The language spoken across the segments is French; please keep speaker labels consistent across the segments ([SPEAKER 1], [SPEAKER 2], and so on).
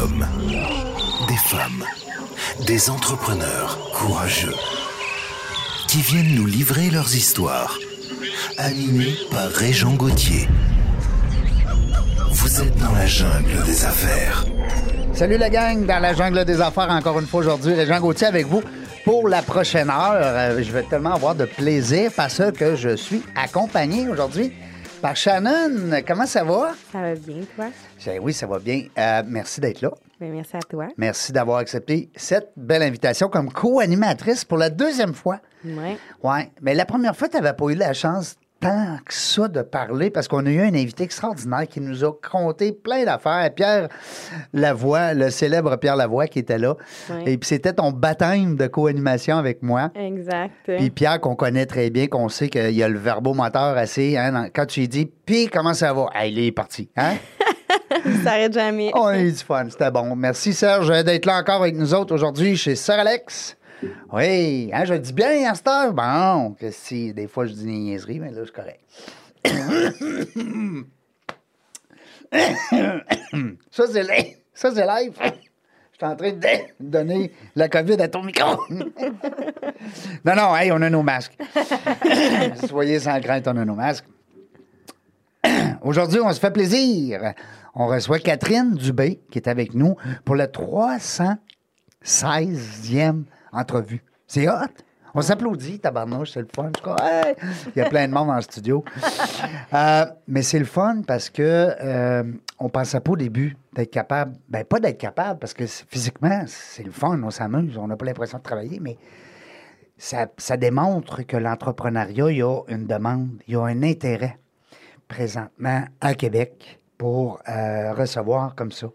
[SPEAKER 1] hommes, des femmes, des entrepreneurs courageux qui viennent nous livrer leurs histoires, animés par Régent Gauthier. Vous êtes dans la jungle des affaires.
[SPEAKER 2] Salut la gang dans la jungle des affaires encore une fois aujourd'hui. Régent Gauthier avec vous pour la prochaine heure. Euh, Je vais tellement avoir de plaisir parce que je suis accompagné aujourd'hui par Shannon. Comment ça va?
[SPEAKER 3] Ça va bien, toi?
[SPEAKER 2] J'ai- Oui, ça va bien. Euh, merci d'être là.
[SPEAKER 3] Ben, merci à toi.
[SPEAKER 2] Merci d'avoir accepté cette belle invitation comme co-animatrice pour la deuxième fois.
[SPEAKER 3] Ouais.
[SPEAKER 2] Oui, mais la première fois, tu n'avais pas eu la chance tant que ça de parler parce qu'on a eu un invité extraordinaire qui nous a conté plein d'affaires. Pierre Lavoie, le célèbre Pierre Lavoie qui était là.
[SPEAKER 3] Ouais.
[SPEAKER 2] Et puis c'était ton baptême de co-animation avec moi.
[SPEAKER 3] Exact.
[SPEAKER 2] Puis Pierre, qu'on connaît très bien, qu'on sait qu'il a le verbomoteur assez. hein, dans- quand tu lui dis, puis comment ça va? Ah, il est parti. Hein?
[SPEAKER 3] Il s'arrête jamais.
[SPEAKER 2] On a eu du fun, c'était bon. Merci Serge d'être là encore avec nous autres aujourd'hui chez Sir Alex. Oui, hein, je le dis bien à cette heure. Bon, que si des fois je dis des niaiseries, mais là, c'est correct. Ça, c'est live. Ça, c'est live. Je suis en train de donner la COVID à ton micro. non, non, hey, on a nos masques. Soyez sans crainte, on a nos masques. Aujourd'hui, on se fait plaisir. On reçoit Catherine Dubé qui est avec nous pour la 316e entrevue. C'est hot. On s'applaudit, tabarnouche, c'est le fun. Je crois, Hey! Il y a plein de monde dans le studio. Euh, mais c'est le fun parce que euh, on pensait pas au début d'être capable. Ben, pas d'être capable parce que c'est- physiquement, c'est le fun, on s'amuse, on n'a pas l'impression de travailler, mais ça, ça démontre que l'entrepreneuriat, il y a une demande, il y a un intérêt présentement à Québec pour euh, recevoir comme ça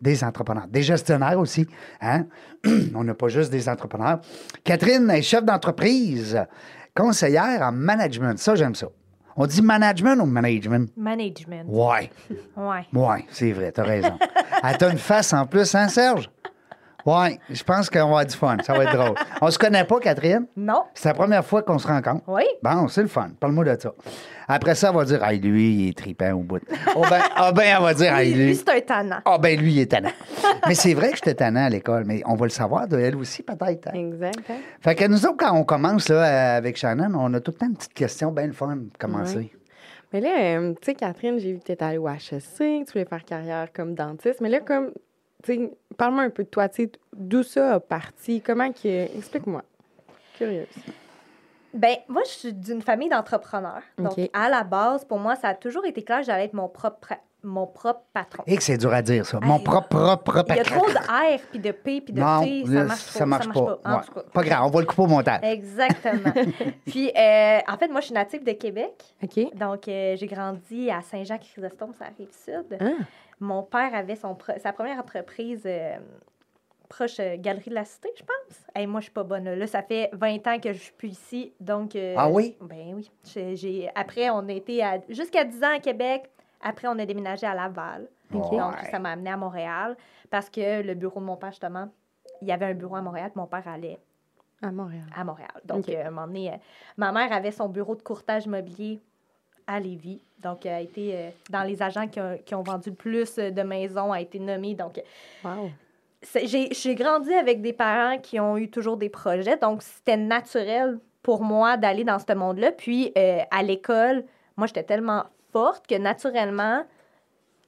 [SPEAKER 2] des entrepreneurs, des gestionnaires aussi. hein. On n'a pas juste des entrepreneurs. Catherine est chef d'entreprise, conseillère en management. Ça, j'aime ça. On dit management ou management?
[SPEAKER 4] Management.
[SPEAKER 2] Ouais,
[SPEAKER 4] Ouais.
[SPEAKER 2] ouais, c'est vrai, t'as raison. Elle t'a une face en plus, hein, Serge? Ouais, je pense qu'on va avoir du fun, ça va être drôle. On se connaît pas, Catherine?
[SPEAKER 4] Non.
[SPEAKER 2] C'est la première fois qu'on se rencontre.
[SPEAKER 4] Oui.
[SPEAKER 2] Bon, c'est le fun. Parle-moi de ça. Après ça, on va dire, ah, lui, il est tripant au bout. Oh, ben, ah, ben, on va dire, ah,
[SPEAKER 4] Lui, lui,
[SPEAKER 2] lui.
[SPEAKER 4] c'est un tannant.
[SPEAKER 2] Ah, ben, lui, il est tannant. mais c'est vrai que j'étais tannant à l'école, mais on va le savoir de elle aussi, peut-être. hein.
[SPEAKER 3] Exact. hein?
[SPEAKER 2] Fait que nous autres, quand on commence là, avec Shannon, on a tout le temps une petite question bien le fun pour commencer.
[SPEAKER 3] Mais là, euh, tu sais, Catherine, j'ai vu que tu allée au HSC, tu voulais faire carrière comme dentiste. Mais là, comme, tu sais, parle-moi un peu de toi, tu sais, d'où ça a parti, comment que. Explique-moi. Curieuse.
[SPEAKER 4] Ben, moi, je suis d'une famille d'entrepreneurs. Donc,
[SPEAKER 3] Ok.
[SPEAKER 4] à la base, pour moi, ça a toujours été clair que j'allais être mon propre, mon propre patron.
[SPEAKER 2] Et que c'est dur à dire, ça. Mon
[SPEAKER 4] Hey.
[SPEAKER 2] propre, propre, propre.
[SPEAKER 4] Il y a trop de R, puis de P, puis de
[SPEAKER 2] non,
[SPEAKER 4] T,
[SPEAKER 2] là,
[SPEAKER 4] ça marche, trop,
[SPEAKER 2] ça marche pas.
[SPEAKER 4] En
[SPEAKER 2] Ouais.
[SPEAKER 4] tout cas.
[SPEAKER 2] Pas grave, on va le couper au montage.
[SPEAKER 4] Exactement. puis, euh, en fait, moi, je suis native de Québec.
[SPEAKER 3] OK.
[SPEAKER 4] Donc, euh, j'ai grandi à Saint-Jean-Chrysostome, ça arrive sud.
[SPEAKER 3] Ah.
[SPEAKER 4] Mon père avait son pre- sa première entreprise euh, proche euh, Galerie de la Cité, je pense. Hey, moi, je suis pas bonne. Là, Là, ça fait 20 ans que je suis plus ici. Donc, euh,
[SPEAKER 2] Ah oui?
[SPEAKER 4] Ben oui. J'ai- j'ai- Après, on a été à- jusqu'à 10 ans à Québec. Après, on a déménagé à Laval.
[SPEAKER 2] Ok.
[SPEAKER 4] Donc,
[SPEAKER 2] Ouais.
[SPEAKER 4] ça m'a amené à Montréal parce que le bureau de mon père, justement, il y avait un bureau à Montréal, puis mon père allait
[SPEAKER 3] À Montréal.
[SPEAKER 4] à Montréal. Donc,
[SPEAKER 3] Ok.
[SPEAKER 4] euh, un moment donné, euh, ma mère avait son bureau de courtage immobilier à Lévis. Donc, elle a été euh, dans les agents qui ont, qui ont vendu le plus euh, de maisons, a été nommée. Donc,
[SPEAKER 3] Wow.
[SPEAKER 4] c'est- j'ai j'ai grandi avec des parents qui ont eu toujours des projets. Donc, c'était naturel pour moi d'aller dans ce monde-là. Puis, euh, à l'école, moi, j'étais tellement forte que naturellement,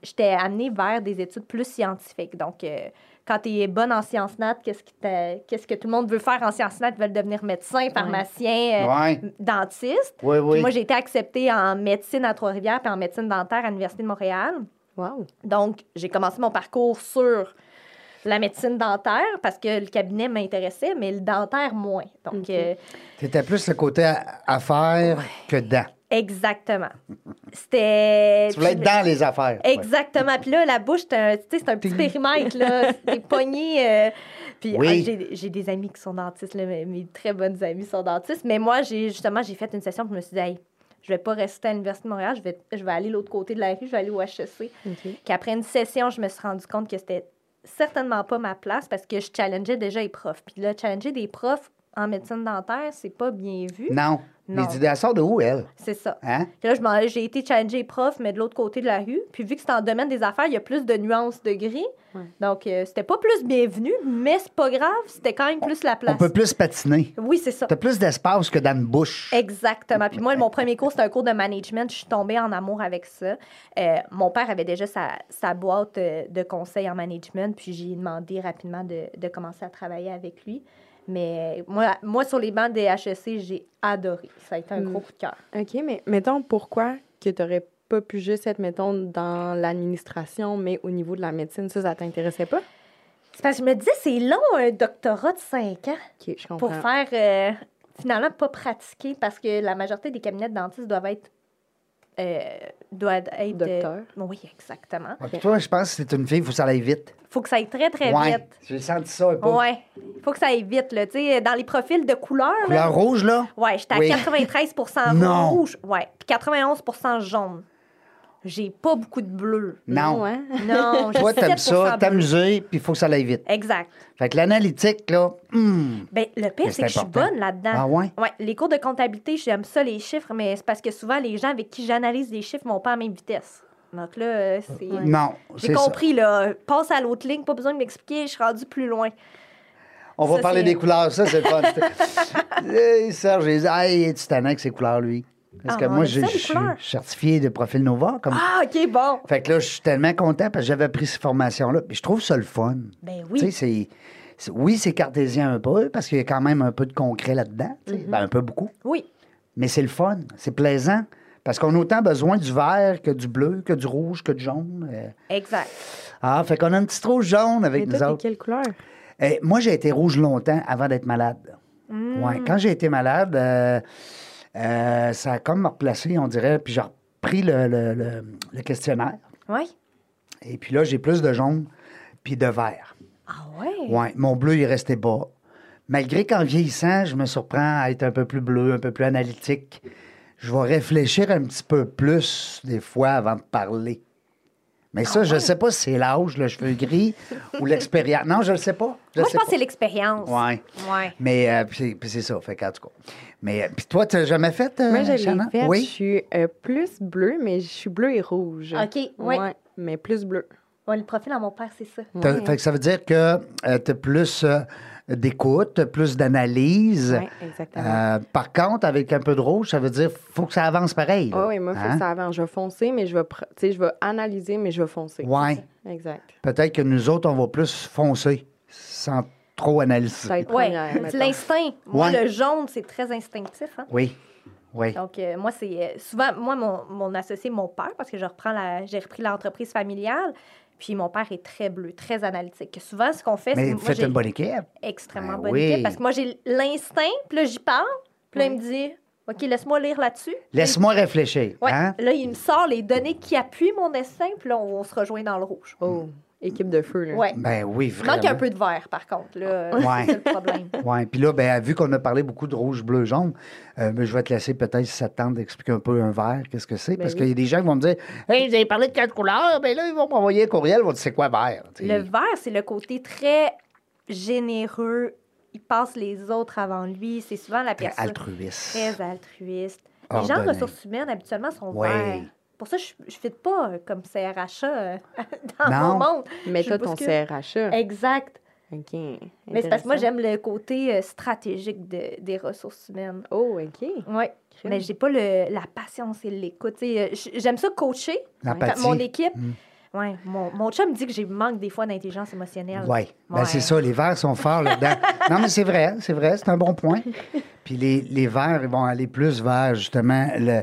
[SPEAKER 4] j'étais amenée vers des études plus scientifiques. Donc, euh, quand tu es bonne en sciences nat, qu'est-ce qui t'a- qu'est-ce que tout le monde veut faire en sciences nat? Ils veulent devenir médecin, pharmacien, euh,
[SPEAKER 2] Ouais.
[SPEAKER 4] dentiste.
[SPEAKER 2] Oui,
[SPEAKER 4] Puis
[SPEAKER 2] oui.
[SPEAKER 4] moi, j'ai été acceptée en médecine à Trois-Rivières puis en médecine dentaire à l'Université de Montréal.
[SPEAKER 3] Wow.
[SPEAKER 4] Donc, j'ai commencé mon parcours sur la médecine dentaire parce que le cabinet m'intéressait, mais le dentaire moins. Donc,
[SPEAKER 3] Ok.
[SPEAKER 4] euh,
[SPEAKER 2] C'était plus le côté a- affaires que dans.
[SPEAKER 4] exactement. C'était.
[SPEAKER 2] Tu voulais être dans les affaires. ouais.
[SPEAKER 4] Eh, Exactement. Puis là, la bouche, c'est un, tu sais, c'est un petit périmètre, là. T'es pogné. euh, Puis
[SPEAKER 2] Oui.
[SPEAKER 4] ah, j'ai- j'ai des amis qui sont dentistes, là, mes, mes très bonnes amies sont dentistes. Mais moi, j'ai justement, j'ai fait une session, puis je me suis dit, Hey, je vais pas rester à l'Université de Montréal, je vais, je vais aller de l'autre côté de la rue, je vais aller au E HEC.
[SPEAKER 3] OK.
[SPEAKER 4] qu'après une session, je me suis rendu compte que c'était certainement pas ma place parce que je challengeais déjà les profs. Puis là, challenger des profs en médecine dentaire, c'est pas bien vu.
[SPEAKER 2] Non, Mais
[SPEAKER 4] Non.
[SPEAKER 2] tu dis, elle sort de où, elle?
[SPEAKER 4] C'est ça.
[SPEAKER 2] Hein?
[SPEAKER 4] Puis là, je m'en- j'ai été challengée prof, mais de l'autre côté de la rue. Puis vu que c'est en domaine des affaires, il y a plus de nuances de gris.
[SPEAKER 3] Ouais.
[SPEAKER 4] Donc, euh, c'était pas plus bienvenu, mais c'est pas grave, c'était quand même plus la place.
[SPEAKER 2] On peut plus patiner.
[SPEAKER 4] Oui, c'est ça.
[SPEAKER 2] T'as plus d'espace que dans une bouche.
[SPEAKER 4] Exactement. Puis moi, mon premier cours, c'était un cours de management. Je suis tombée en amour avec ça. Euh, mon père avait déjà sa, sa boîte euh, de conseils en management, puis j'ai demandé rapidement de, de commencer à travailler avec lui. Mais euh, moi, moi, sur les bancs des HEC, j'ai adoré. Ça a été un
[SPEAKER 3] Mm.
[SPEAKER 4] gros coup de cœur.
[SPEAKER 3] OK, mais mettons, pourquoi que tu n'aurais pas pu juste être, mettons, dans l'administration, mais au niveau de la médecine, ça, ça t'intéressait pas?
[SPEAKER 4] C'est parce que je me disais, c'est long, un doctorat de 5 ans.
[SPEAKER 3] OK, je comprends.
[SPEAKER 4] pour faire euh, finalement pas pratiquer parce que la majorité des cabinets de dentistes doivent être euh, doivent être
[SPEAKER 3] Docteur.
[SPEAKER 4] euh, oui, exactement.
[SPEAKER 2] Ah, puis toi, je pense que c'est une fille, il faut que ça aille vite.
[SPEAKER 4] Faut que ça aille très très
[SPEAKER 2] ouais.
[SPEAKER 4] vite.
[SPEAKER 2] J'ai senti ça un peu.
[SPEAKER 4] Ouais. Faut que ça aille vite là, tu sais dans les profils de couleurs. là,
[SPEAKER 2] Couleur rouge, là?
[SPEAKER 4] Ouais, j'étais à
[SPEAKER 2] Oui.
[SPEAKER 4] 93%
[SPEAKER 2] Non.
[SPEAKER 4] rouge, ouais, puis 91% jaune. J'ai pas beaucoup de bleu.
[SPEAKER 2] Non.
[SPEAKER 3] hein?
[SPEAKER 4] Non, j'ai
[SPEAKER 2] Toi, t'aimes
[SPEAKER 4] 7%
[SPEAKER 2] ça,
[SPEAKER 4] bleu.
[SPEAKER 2] t'amuser, puis il faut que ça aille vite.
[SPEAKER 4] Exact.
[SPEAKER 2] Fait que l'analytique, là, hum,
[SPEAKER 4] Ben, le
[SPEAKER 2] Mais
[SPEAKER 4] pire, c'est
[SPEAKER 2] c'est
[SPEAKER 4] que je suis
[SPEAKER 2] important.
[SPEAKER 4] bonne là-dedans.
[SPEAKER 2] Ah ouais?
[SPEAKER 4] Ouais, les cours de comptabilité, j'aime ça, les chiffres, mais c'est parce que souvent, les gens avec qui j'analyse les chiffres vont pas à la même vitesse. Donc là, euh, c'est.
[SPEAKER 2] non,
[SPEAKER 4] J'ai
[SPEAKER 2] c'est ça.
[SPEAKER 4] compris, là. Passe à l'autre ligne, pas besoin de m'expliquer, je suis rendue plus loin.
[SPEAKER 2] On va
[SPEAKER 4] Ça,
[SPEAKER 2] parler
[SPEAKER 4] c'est-
[SPEAKER 2] des couleurs, ça, c'est le fun. hey, Serge, il dit, hey, il est titanin avec ces couleurs, lui. Parce
[SPEAKER 4] Ah,
[SPEAKER 2] que
[SPEAKER 4] on
[SPEAKER 2] moi,
[SPEAKER 4] aime
[SPEAKER 2] je
[SPEAKER 4] ça,
[SPEAKER 2] je
[SPEAKER 4] les
[SPEAKER 2] suis
[SPEAKER 4] couleurs.
[SPEAKER 2] certifié de profil Nova. Comme...
[SPEAKER 4] Ah, OK, bon.
[SPEAKER 2] Fait que là, je suis tellement content parce que j'avais pris ces formations-là. Puis je trouve ça le fun. Tu
[SPEAKER 4] Ben
[SPEAKER 2] sais,
[SPEAKER 4] oui.
[SPEAKER 2] c'est- c'est- Oui, c'est cartésien un peu, parce qu'il y a quand même un peu de concret là-dedans. tu sais.
[SPEAKER 3] Mm-hmm.
[SPEAKER 2] Ben, un peu beaucoup.
[SPEAKER 4] Oui.
[SPEAKER 2] Mais c'est le fun, c'est plaisant. Parce qu'on a autant besoin du vert que du bleu, que du rouge, que du jaune. Euh,
[SPEAKER 4] Exact.
[SPEAKER 2] Ah, fait qu'on a une petite rouge jaune
[SPEAKER 3] Mais
[SPEAKER 2] avec nous
[SPEAKER 3] toi, t'es
[SPEAKER 2] autres.
[SPEAKER 3] quelle couleur?
[SPEAKER 2] Eh, moi, j'ai été rouge longtemps avant d'être malade.
[SPEAKER 3] Mm.
[SPEAKER 2] Ouais, quand j'ai été malade, euh, euh, ça a comme me replacé, on dirait, puis j'ai repris le, le- le- le questionnaire.
[SPEAKER 4] Oui.
[SPEAKER 2] Et puis là, j'ai plus de jaune puis de vert.
[SPEAKER 4] Ah, ouais.
[SPEAKER 2] Ouais, mon bleu, il restait bas. Malgré qu'en vieillissant, je me surprends à être un peu plus bleu, un peu plus analytique. Je vais réfléchir un petit peu plus des fois avant de parler. Mais ça, je ne sais pas si c'est l'âge, le cheveu gris ou l'expérience. Non, je ne le sais pas. le sais
[SPEAKER 4] Moi, je pense que
[SPEAKER 2] pas.
[SPEAKER 4] c'est l'expérience.
[SPEAKER 2] Ouais.
[SPEAKER 4] Ouais.
[SPEAKER 2] Mais euh, puis c'est- puis c'est ça, fait qu'en tout cas. Mais euh, puis toi, tu n'as jamais fait, euh,
[SPEAKER 3] Moi, je l'ai
[SPEAKER 2] Shannon?
[SPEAKER 3] faite. Je
[SPEAKER 2] Oui.
[SPEAKER 3] suis euh, plus bleue, mais je suis bleue et rouge.
[SPEAKER 4] OK, ouais.
[SPEAKER 3] mais plus bleue.
[SPEAKER 4] Ouais, le profil à mon père, c'est ça.
[SPEAKER 2] T'as-
[SPEAKER 3] Ouais.
[SPEAKER 2] Fait que ça veut dire que tu as plus euh, d'écoute, plus d'analyse.
[SPEAKER 3] Ouais, exactement.
[SPEAKER 2] Euh, par contre, avec un peu de rouge, ça veut dire faut que ça avance pareil.
[SPEAKER 3] Ah
[SPEAKER 2] là.
[SPEAKER 3] oui, moi, il faut
[SPEAKER 2] Hein?
[SPEAKER 3] que ça avance. Je vais foncer, mais je vais, pr- tu sais, je vais analyser, mais je vais foncer.
[SPEAKER 2] Ouais.
[SPEAKER 3] Exact.
[SPEAKER 2] Peut-être que nous autres, on va plus foncer sans trop
[SPEAKER 3] Ça va
[SPEAKER 2] analyser.
[SPEAKER 3] être
[SPEAKER 4] Ouais.
[SPEAKER 3] première,
[SPEAKER 4] C'est
[SPEAKER 3] mettons.
[SPEAKER 4] l'instinct. Moi,
[SPEAKER 2] Ouais.
[SPEAKER 4] le jaune, c'est très instinctif. Hein?
[SPEAKER 2] Oui. Oui.
[SPEAKER 4] Donc, euh, moi, c'est euh, souvent, moi, mon, mon associé, mon père, parce que je reprends la, j'ai repris l'entreprise familiale, puis mon père est très bleu, très analytique. Souvent, ce qu'on fait, c'est
[SPEAKER 2] Mais
[SPEAKER 4] que moi,
[SPEAKER 2] faites
[SPEAKER 4] j'ai
[SPEAKER 2] une bonne équipe.
[SPEAKER 4] extrêmement
[SPEAKER 2] Ah
[SPEAKER 4] bonne
[SPEAKER 2] oui.
[SPEAKER 4] idée, parce que moi, j'ai l'instinct, puis là, j'y parle, puis là, il me dit, OK, laisse-moi lire là-dessus.
[SPEAKER 2] Laisse-moi réfléchir.
[SPEAKER 4] Ouais.
[SPEAKER 2] hein?
[SPEAKER 4] Là, il me sort les données qui appuient mon instinct, puis là, on, on se rejoint dans le rouge.
[SPEAKER 3] Oh, équipe de feu, là.
[SPEAKER 4] Ouais.
[SPEAKER 2] Ben oui,
[SPEAKER 4] Il
[SPEAKER 2] vraiment.
[SPEAKER 4] manque un peu de vert, par contre. Là,
[SPEAKER 2] Ouais.
[SPEAKER 4] C'est ça le problème.
[SPEAKER 2] Oui, puis là, ben, vu qu'on a parlé beaucoup de rouge, bleu, jaune, euh, ben, je vais te laisser peut-être, si ça te tente, d'expliquer un peu un vert, qu'est-ce que
[SPEAKER 4] Ben
[SPEAKER 2] c'est. parce
[SPEAKER 3] oui.
[SPEAKER 2] qu'il y a des gens qui vont me dire Hey, vous avez parlé de quatre couleurs, ben là, ils vont m'envoyer un courriel, ils vont dire c'est quoi vert Tu sais,
[SPEAKER 4] Le vert, c'est le côté très généreux. Il passe les autres avant lui. C'est souvent la
[SPEAKER 2] Très
[SPEAKER 4] personne
[SPEAKER 2] altruiste.
[SPEAKER 4] très altruiste. Les gens
[SPEAKER 2] Ordonné.
[SPEAKER 4] de ressources humaines, habituellement, sont
[SPEAKER 2] Ouais.
[SPEAKER 4] verts. Pour ça, je ne fit pas euh, comme CRHA euh,
[SPEAKER 2] Non.
[SPEAKER 4] dans mon monde.
[SPEAKER 3] Mais
[SPEAKER 4] Je
[SPEAKER 3] toi,
[SPEAKER 4] sais pas
[SPEAKER 3] ton
[SPEAKER 4] ce que-
[SPEAKER 3] CRHA.
[SPEAKER 4] Exact.
[SPEAKER 3] OK.
[SPEAKER 4] Mais c'est parce que moi,
[SPEAKER 3] Intéressant.
[SPEAKER 4] j'aime le côté euh, stratégique de- des ressources humaines.
[SPEAKER 3] Oh, OK.
[SPEAKER 4] Oui.
[SPEAKER 3] Crème.
[SPEAKER 4] Mais j'ai pas le, la patience et l'écoute. Tu sais, euh, j- J'aime ça coacher
[SPEAKER 2] L'empathie.
[SPEAKER 4] mon équipe.
[SPEAKER 2] Mm.
[SPEAKER 4] Ouais, mon, mon chum dit que j'ai manque des fois d'intelligence émotionnelle.
[SPEAKER 2] Oui, ben,
[SPEAKER 4] Ouais.
[SPEAKER 2] c'est ça, les verts sont forts là-dedans. non, mais c'est vrai, c'est vrai, c'est un bon point. Puis les, les verts, ils vont aller plus vers justement le.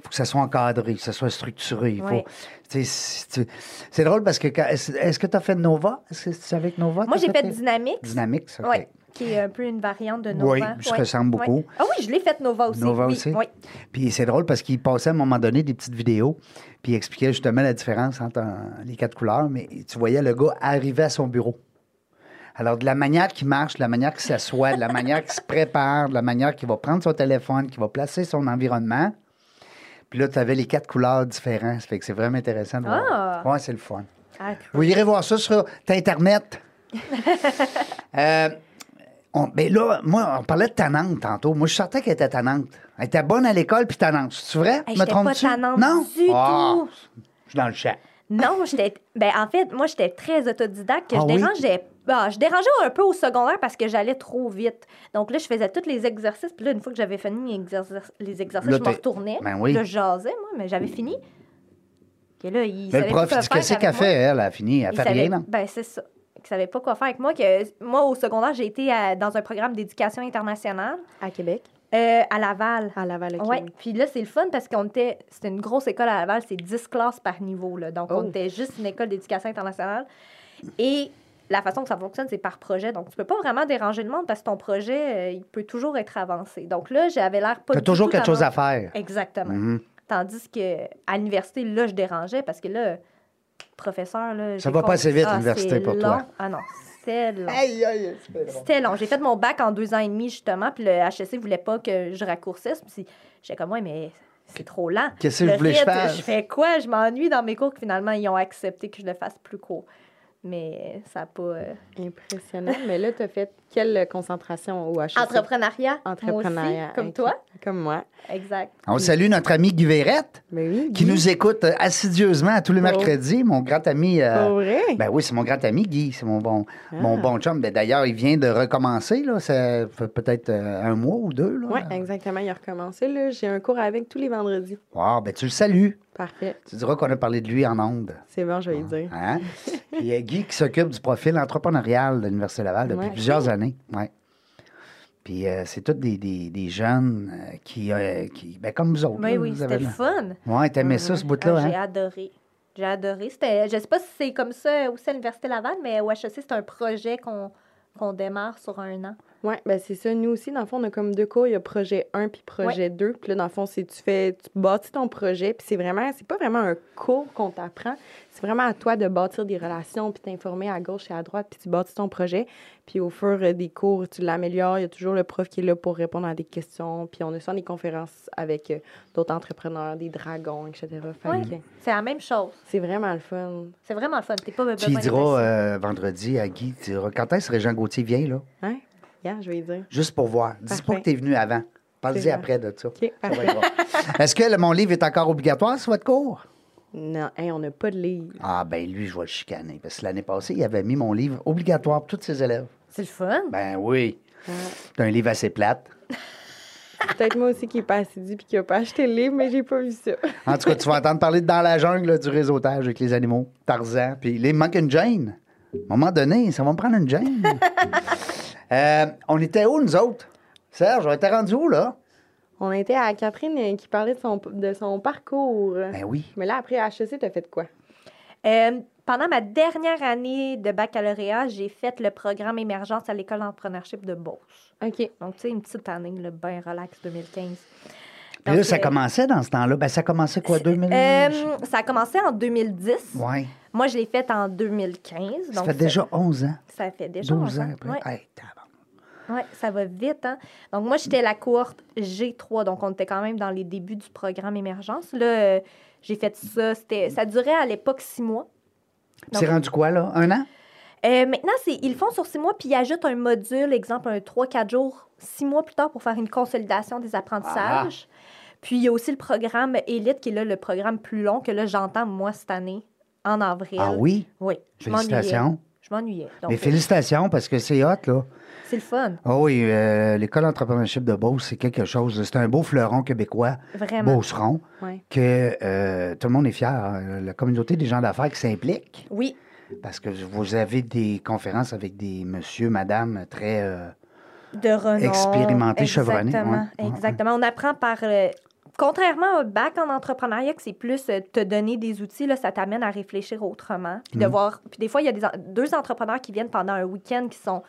[SPEAKER 2] faut que ça soit encadré, que ça soit structuré. il faut-
[SPEAKER 4] Ouais.
[SPEAKER 2] tu sais, si tu- C'est drôle parce que. quand- Est-ce est-ce que tu as fait Nova? Est-ce que c'est avec Nova?
[SPEAKER 4] Moi,
[SPEAKER 2] t'as
[SPEAKER 4] j'ai fait Dynamics.
[SPEAKER 2] Dynamics, OK.
[SPEAKER 4] Ouais, qui est un peu une variante de Nova.
[SPEAKER 2] Oui, je ressemble
[SPEAKER 4] ouais.
[SPEAKER 2] beaucoup.
[SPEAKER 4] Ah oui, je l'ai faite Nova aussi.
[SPEAKER 2] Nova
[SPEAKER 4] oui,
[SPEAKER 2] aussi.
[SPEAKER 4] oui.
[SPEAKER 2] Puis c'est drôle parce qu'il passait à un moment donné des petites vidéos, puis il expliquait justement la différence entre un- les quatre couleurs, mais tu voyais le gars arriver à son bureau. Alors, de la manière qu'il marche, de la manière qu'il s'assoit, de la manière qu'il se prépare, de la manière qu'il va prendre son téléphone, qu'il va placer son environnement. Puis là, tu avais les quatre couleurs différentes. Ça fait que c'est vraiment intéressant de voir.
[SPEAKER 4] Ah!
[SPEAKER 2] Ouais, c'est le fun.
[SPEAKER 4] Ah,
[SPEAKER 2] Vous irez voir ça sur Internet. Euh, On- ben là, moi, on parlait de tannante tantôt. Moi, je sentais qu'elle était tannante. Elle était bonne à l'école puis tannante. C'est vrai?
[SPEAKER 4] Hey,
[SPEAKER 2] me
[SPEAKER 4] j'étais pas
[SPEAKER 2] trompe-tu?
[SPEAKER 4] tannante
[SPEAKER 2] non?
[SPEAKER 4] du
[SPEAKER 2] Ah,
[SPEAKER 4] tout.
[SPEAKER 2] Je suis dans le chat.
[SPEAKER 4] Non, j'étais. Ben, en fait, moi, j'étais très autodidacte. Que
[SPEAKER 2] Ah
[SPEAKER 4] je
[SPEAKER 2] oui?
[SPEAKER 4] dérangeais. ah, je dérangeais un peu au secondaire parce que j'allais trop vite. Donc là, je faisais tous les exercices. Puis là, une fois que j'avais fini les, exercices- les exercices,
[SPEAKER 2] Là,
[SPEAKER 4] je me
[SPEAKER 2] t'es-
[SPEAKER 4] retournais.
[SPEAKER 2] Ben oui.
[SPEAKER 4] Là, je jasais, moi, mais j'avais fini. Et là, il
[SPEAKER 2] Là,
[SPEAKER 4] savait
[SPEAKER 2] le
[SPEAKER 4] plus
[SPEAKER 2] prof, il
[SPEAKER 4] quoi
[SPEAKER 2] dit
[SPEAKER 4] faire
[SPEAKER 2] Qu'est-ce qu'elle
[SPEAKER 4] avec
[SPEAKER 2] fait,
[SPEAKER 4] moi.
[SPEAKER 2] elle, elle a fini? Elle
[SPEAKER 4] Il
[SPEAKER 2] fait
[SPEAKER 4] savait-
[SPEAKER 2] rien, non?
[SPEAKER 4] Ben, c'est ça. Il savait pas quoi faire avec moi. Que, moi, au secondaire, j'ai été à- dans un programme d'éducation internationale
[SPEAKER 3] À Québec,
[SPEAKER 4] euh, à Laval.
[SPEAKER 3] à Laval, ok.
[SPEAKER 4] Ouais, puis là, c'est le fun parce qu'on était. C'était une grosse école à Laval, c'est 10 classes par niveau. Là. Donc,
[SPEAKER 3] Oh.
[SPEAKER 4] on était juste une école d'éducation internationale. Et la façon que ça fonctionne, c'est par projet. Donc, tu peux pas vraiment déranger le monde parce que ton projet, euh, il peut toujours être avancé. Donc là, j'avais l'air pas.
[SPEAKER 2] T'as
[SPEAKER 4] du
[SPEAKER 2] toujours
[SPEAKER 4] tout
[SPEAKER 2] quelque chose à
[SPEAKER 4] avancée.
[SPEAKER 2] faire.
[SPEAKER 4] Exactement.
[SPEAKER 2] Mhm.
[SPEAKER 4] Tandis que à l'université, là, je dérangeais parce que là, professeur, là.
[SPEAKER 2] Ça
[SPEAKER 4] j'ai
[SPEAKER 2] va pas
[SPEAKER 4] compris-
[SPEAKER 2] assez vite,
[SPEAKER 4] Ah,
[SPEAKER 2] l'université,
[SPEAKER 4] c'est
[SPEAKER 2] pour
[SPEAKER 4] long.
[SPEAKER 2] toi.
[SPEAKER 4] Ah non, c'est long.
[SPEAKER 2] Aïe, aïe, c'est pas drôle.
[SPEAKER 4] C'était long. J'ai fait mon bac en deux ans et demi, justement, puis le HEC voulait pas que je raccourcisse. Puis j'étais comme, ouais, mais c'est trop lent.
[SPEAKER 2] Qu'est-ce que
[SPEAKER 4] Le
[SPEAKER 2] vous voulez que je
[SPEAKER 4] rythme,
[SPEAKER 2] fasse?
[SPEAKER 4] Je fais quoi? Je m'ennuie dans mes cours que finalement, ils ont accepté que je le fasse plus court. Mais ça n'a pas... euh,
[SPEAKER 3] Impressionnant. Mais là, tu as fait quelle concentration au HEC?
[SPEAKER 4] Entrepreneuriat,
[SPEAKER 3] Entrepreneuriat,
[SPEAKER 4] moi aussi, comme
[SPEAKER 3] ok.
[SPEAKER 4] toi.
[SPEAKER 3] Comme moi.
[SPEAKER 4] Exact.
[SPEAKER 2] On salue notre ami Guy Verrette,
[SPEAKER 3] Mais oui.
[SPEAKER 2] qui
[SPEAKER 3] Guy,
[SPEAKER 2] nous écoute euh, assidieusement tous les
[SPEAKER 3] Oh.
[SPEAKER 2] mercredis. Mon grand ami. euh,
[SPEAKER 3] Pour vrai?
[SPEAKER 2] Ben oui, c'est mon grand ami Guy, c'est mon bon, mon
[SPEAKER 3] Ah.
[SPEAKER 2] bon chum. Ben, D'ailleurs, il vient de recommencer, là, ça fait peut-être euh, un mois ou deux. Là.
[SPEAKER 3] Oui, exactement. Il a recommencé. Là. J'ai un cours avec tous les vendredis.
[SPEAKER 2] Wow, ben tu le salues.
[SPEAKER 3] Parfait.
[SPEAKER 2] Tu diras qu'on a parlé de lui en ondes.
[SPEAKER 3] C'est bon, je vais lui dire.
[SPEAKER 2] Hein? Puis euh, Guy qui s'occupe du profil entrepreneurial de l'Université Laval depuis
[SPEAKER 3] Ouais.
[SPEAKER 2] plusieurs années. Ouais. Puis euh, c'est tous des, des- des jeunes euh, qui, euh, qui- ben, comme vous autres.
[SPEAKER 4] Oui,
[SPEAKER 2] là,
[SPEAKER 4] oui,
[SPEAKER 2] vous
[SPEAKER 4] c'était
[SPEAKER 2] avez-
[SPEAKER 4] le fun.
[SPEAKER 2] Ouais, t'aimais ça, ce bout-là.
[SPEAKER 4] Ah, J'ai
[SPEAKER 2] hein?
[SPEAKER 4] adoré. J'ai adoré. C'était, je sais pas si c'est comme ça aussi à l'Université Laval, mais au HEC, c'est un projet qu'on, qu'on démarre sur un an.
[SPEAKER 3] Oui, ben c'est ça. Nous aussi, dans le fond, on a comme deux cours. Il y a projet 1 puis projet 2. Puis là, dans le fond, c'est tu fais, tu bâtis ton projet. Puis c'est vraiment, c'est pas vraiment un cours qu'on t'apprend. C'est vraiment à toi de bâtir des relations puis t'informer à gauche et à droite. Puis tu bâtis ton projet. Puis au fur euh, des cours, tu l'améliores. Il y a toujours le prof qui est là pour répondre à des questions. Puis on a souvent des conférences avec euh, d'autres entrepreneurs, des dragons, etc. Fait
[SPEAKER 4] Ouais.
[SPEAKER 3] que
[SPEAKER 4] C'est la même chose.
[SPEAKER 3] c'est vraiment le fun.
[SPEAKER 4] C'est vraiment le fun. T'es pas
[SPEAKER 2] Tu lui diras euh, vendredi à Guy, tu diras, quand est-ce que Régent Gauthier vient, là?
[SPEAKER 3] Hein? Yeah, je vais y dire.
[SPEAKER 2] Juste pour voir. Dis pas
[SPEAKER 3] Parfait.
[SPEAKER 2] que t'es venu avant. Parle-y
[SPEAKER 3] C'est
[SPEAKER 2] après de ça.
[SPEAKER 3] OK,
[SPEAKER 2] Ça va
[SPEAKER 3] parfait.
[SPEAKER 2] être bon. Est-ce que le- mon livre est encore obligatoire sur votre cours?
[SPEAKER 3] Non, hey, on n'a pas de livre.
[SPEAKER 2] Ah, ben lui, je vais le chicaner. Parce que l'année passée, il avait mis mon livre obligatoire pour tous ses élèves.
[SPEAKER 4] C'est le fun.
[SPEAKER 2] Ben oui.
[SPEAKER 3] Ouais.
[SPEAKER 2] C'est un livre assez plate.
[SPEAKER 3] Peut-être moi aussi qui est pas assidu puis qui a pas acheté le livre, mais j'ai pas vu ça.
[SPEAKER 2] En tout cas, tu vas entendre parler de dans la jungle là, du réseautage avec les animaux, Tarzan. Puis là, il manque une Jane. À un moment donné, ça va me prendre une Jane. Euh, on était où, nous autres? Serge, on était rendu où, là?
[SPEAKER 3] On était à Catherine euh, qui parlait de son, de son parcours.
[SPEAKER 2] Ben oui.
[SPEAKER 3] Mais là, après HEC, t'as fait quoi?
[SPEAKER 4] Euh, pendant ma dernière année de baccalauréat, j'ai fait le programme Émergence à l'école d'entrepreneurship de Beauce.
[SPEAKER 3] OK.
[SPEAKER 4] Donc, tu sais, une petite année, le bien relax 2015.
[SPEAKER 2] Puis là,
[SPEAKER 4] Donc,
[SPEAKER 2] ça
[SPEAKER 4] euh,
[SPEAKER 2] commençait dans ce temps-là. Ben, ça commençait quoi, 2000?
[SPEAKER 4] euh, ça a commencé en 2010.
[SPEAKER 2] ouais.
[SPEAKER 4] Moi, je l'ai fait en 2015.
[SPEAKER 2] Ça
[SPEAKER 4] donc
[SPEAKER 2] fait déjà 11 ans.
[SPEAKER 4] Ça fait déjà
[SPEAKER 2] 12
[SPEAKER 4] un
[SPEAKER 2] ans
[SPEAKER 4] an.
[SPEAKER 2] après.
[SPEAKER 4] Ouais.
[SPEAKER 2] Hey, tabarnak.
[SPEAKER 4] Oui, ça va vite. Hein? Donc, moi, j'étais la cohorte G3. Donc, on était quand même dans les débuts du programme Émergence. Là, euh, j'ai fait ça. C'était, ça durait à l'époque six mois. Donc,
[SPEAKER 2] C'est rendu quoi, là? Un an?
[SPEAKER 4] euh, maintenant, c'est, ils le font sur six mois, puis ils ajoutent un module, exemple, un 3-4 jours, six mois plus tard pour faire une consolidation des
[SPEAKER 2] Ah.
[SPEAKER 4] apprentissages. Puis, il y a aussi le programme Élite, qui est là le programme plus long que là, j'entends, moi, cette année, en avril.
[SPEAKER 2] Ah oui?
[SPEAKER 4] Oui, je m'ennuyais.
[SPEAKER 2] Félicitations.
[SPEAKER 4] Je m'ennuyais. Donc,
[SPEAKER 2] Mais félicitations, parce que c'est hot, là.
[SPEAKER 4] euh, c'est le fun,
[SPEAKER 2] Ah oui, euh, l'école d'entrepreneurship de Beauce, c'est quelque chose. là. C'est un beau fleuron québécois,
[SPEAKER 4] vraiment.
[SPEAKER 2] Beauceron,
[SPEAKER 3] Ouais.
[SPEAKER 2] que euh, tout le monde est fier. hein. La communauté des gens d'affaires qui s'implique,
[SPEAKER 4] Oui,
[SPEAKER 2] parce que vous avez des conférences avec des monsieur, madame très. euh,
[SPEAKER 4] de renom.
[SPEAKER 2] Expérimenté, chevronné,
[SPEAKER 4] Exactement.
[SPEAKER 2] ouais, ouais,
[SPEAKER 4] Exactement. On apprend par. euh, contrairement au bac en entrepreneuriat, que c'est plus euh, te donner des outils, là, ça t'amène à réfléchir autrement. Puis, de
[SPEAKER 2] Mhm.
[SPEAKER 4] voir, puis des fois, il y a des, en- deux entrepreneurs qui viennent pendant un week-end qui sont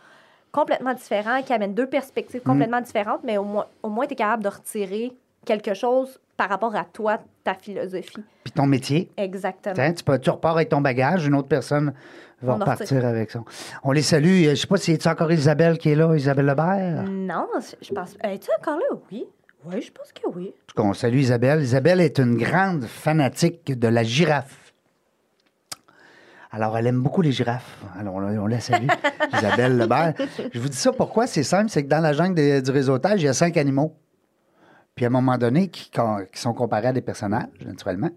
[SPEAKER 4] complètement différents, qui amènent deux perspectives
[SPEAKER 2] Mm.
[SPEAKER 4] complètement différentes, mais au moins, au moins tu es capable de retirer quelque chose par rapport à toi, ta philosophie.
[SPEAKER 2] Puis ton métier.
[SPEAKER 4] Exactement.
[SPEAKER 2] Tiens, Hein, tu, peux, tu repars avec ton bagage, une autre personne va
[SPEAKER 4] On en
[SPEAKER 2] repartir avec son. On les salue. Euh, Je sais pas si c'est encore Isabelle qui est là, Isabelle Lebert.
[SPEAKER 4] Non, je- je pense. Es-tu encore là? Oui. Oui, je pense que oui.
[SPEAKER 2] En tout cas, on salue Isabelle. Isabelle est une grande fanatique de la girafe. Alors, elle aime beaucoup les girafes. Alors, on, la- on la salue, Isabelle Lebert. Je vous dis ça pourquoi, c'est simple, c'est que dans la jungle des- du réseautage, il y a cinq animaux. Puis à un moment donné, qui, quand- qui sont comparés à des personnages, naturellement.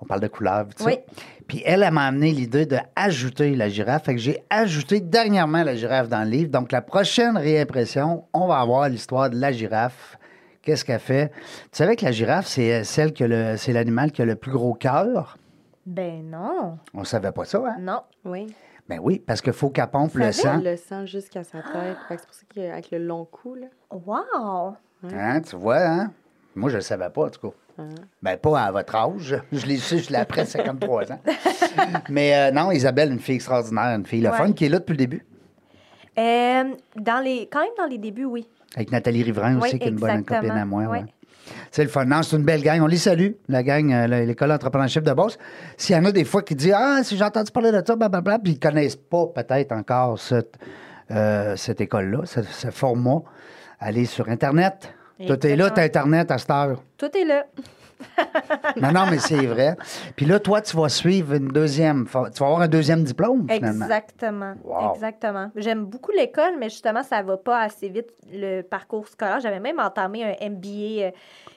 [SPEAKER 2] On parle de couleurs, tout
[SPEAKER 4] Oui.
[SPEAKER 2] ça. Puis elle, elle m'a amené l'idée d'ajouter la girafe. Fait que j'ai ajouté dernièrement la girafe dans le livre. Donc, la prochaine réimpression, on va avoir l'histoire de la girafe. Qu'est-ce qu'elle fait? Tu savais que la girafe, c'est euh, celle que le- c'est l'animal qui a le plus gros cœur?
[SPEAKER 4] Ben non.
[SPEAKER 2] On savait pas ça, hein?
[SPEAKER 4] Non.
[SPEAKER 3] Oui.
[SPEAKER 2] Ben oui, parce qu'il faut qu'elle pompe
[SPEAKER 3] Ça
[SPEAKER 2] le
[SPEAKER 3] fait
[SPEAKER 2] sang.
[SPEAKER 3] Le sang jusqu'à sa tête. Fait que c'est pour ça qu'avec le long cou, là.
[SPEAKER 4] Wow!
[SPEAKER 2] Hein, tu vois, hein? Moi, je le savais pas, en tout cas. Ben, pas à votre âge. Je l'ai su, je l'ai après 53 ans. Mais euh, non, Isabelle, une fille extraordinaire, une fille le
[SPEAKER 4] Ouais.
[SPEAKER 2] fun, qui est là depuis le début.
[SPEAKER 4] Euh, dans les, quand même dans les débuts, oui.
[SPEAKER 2] Avec Nathalie Riverain aussi,
[SPEAKER 4] Oui,
[SPEAKER 2] qui est une bonne
[SPEAKER 4] exactement.
[SPEAKER 2] copine à moi. ouais.
[SPEAKER 4] Oui.
[SPEAKER 2] C'est le fun. Non, c'est une belle gang. On les salue, la gang, euh, la- l'école d'entrepreneurship de Beauce. S'il y en a des fois qui disent Ah, si j'ai entendu parler de ça, blablabla, puis ils ne connaissent pas peut-être encore cette, euh, cette école-là, ce, ce format, allez sur Internet. Tout est là,
[SPEAKER 4] Exactement.
[SPEAKER 2] t'as Internet à cette heure.
[SPEAKER 4] Tout est là.
[SPEAKER 2] Non, non, mais c'est vrai. Puis là, toi, tu vas suivre une deuxième. fa- Tu vas avoir un deuxième diplôme, finalement.
[SPEAKER 4] Exactement.
[SPEAKER 2] Wow.
[SPEAKER 4] Exactement. J'aime beaucoup l'école, mais justement, ça va pas assez vite le parcours scolaire. J'avais même entamé un MBA euh,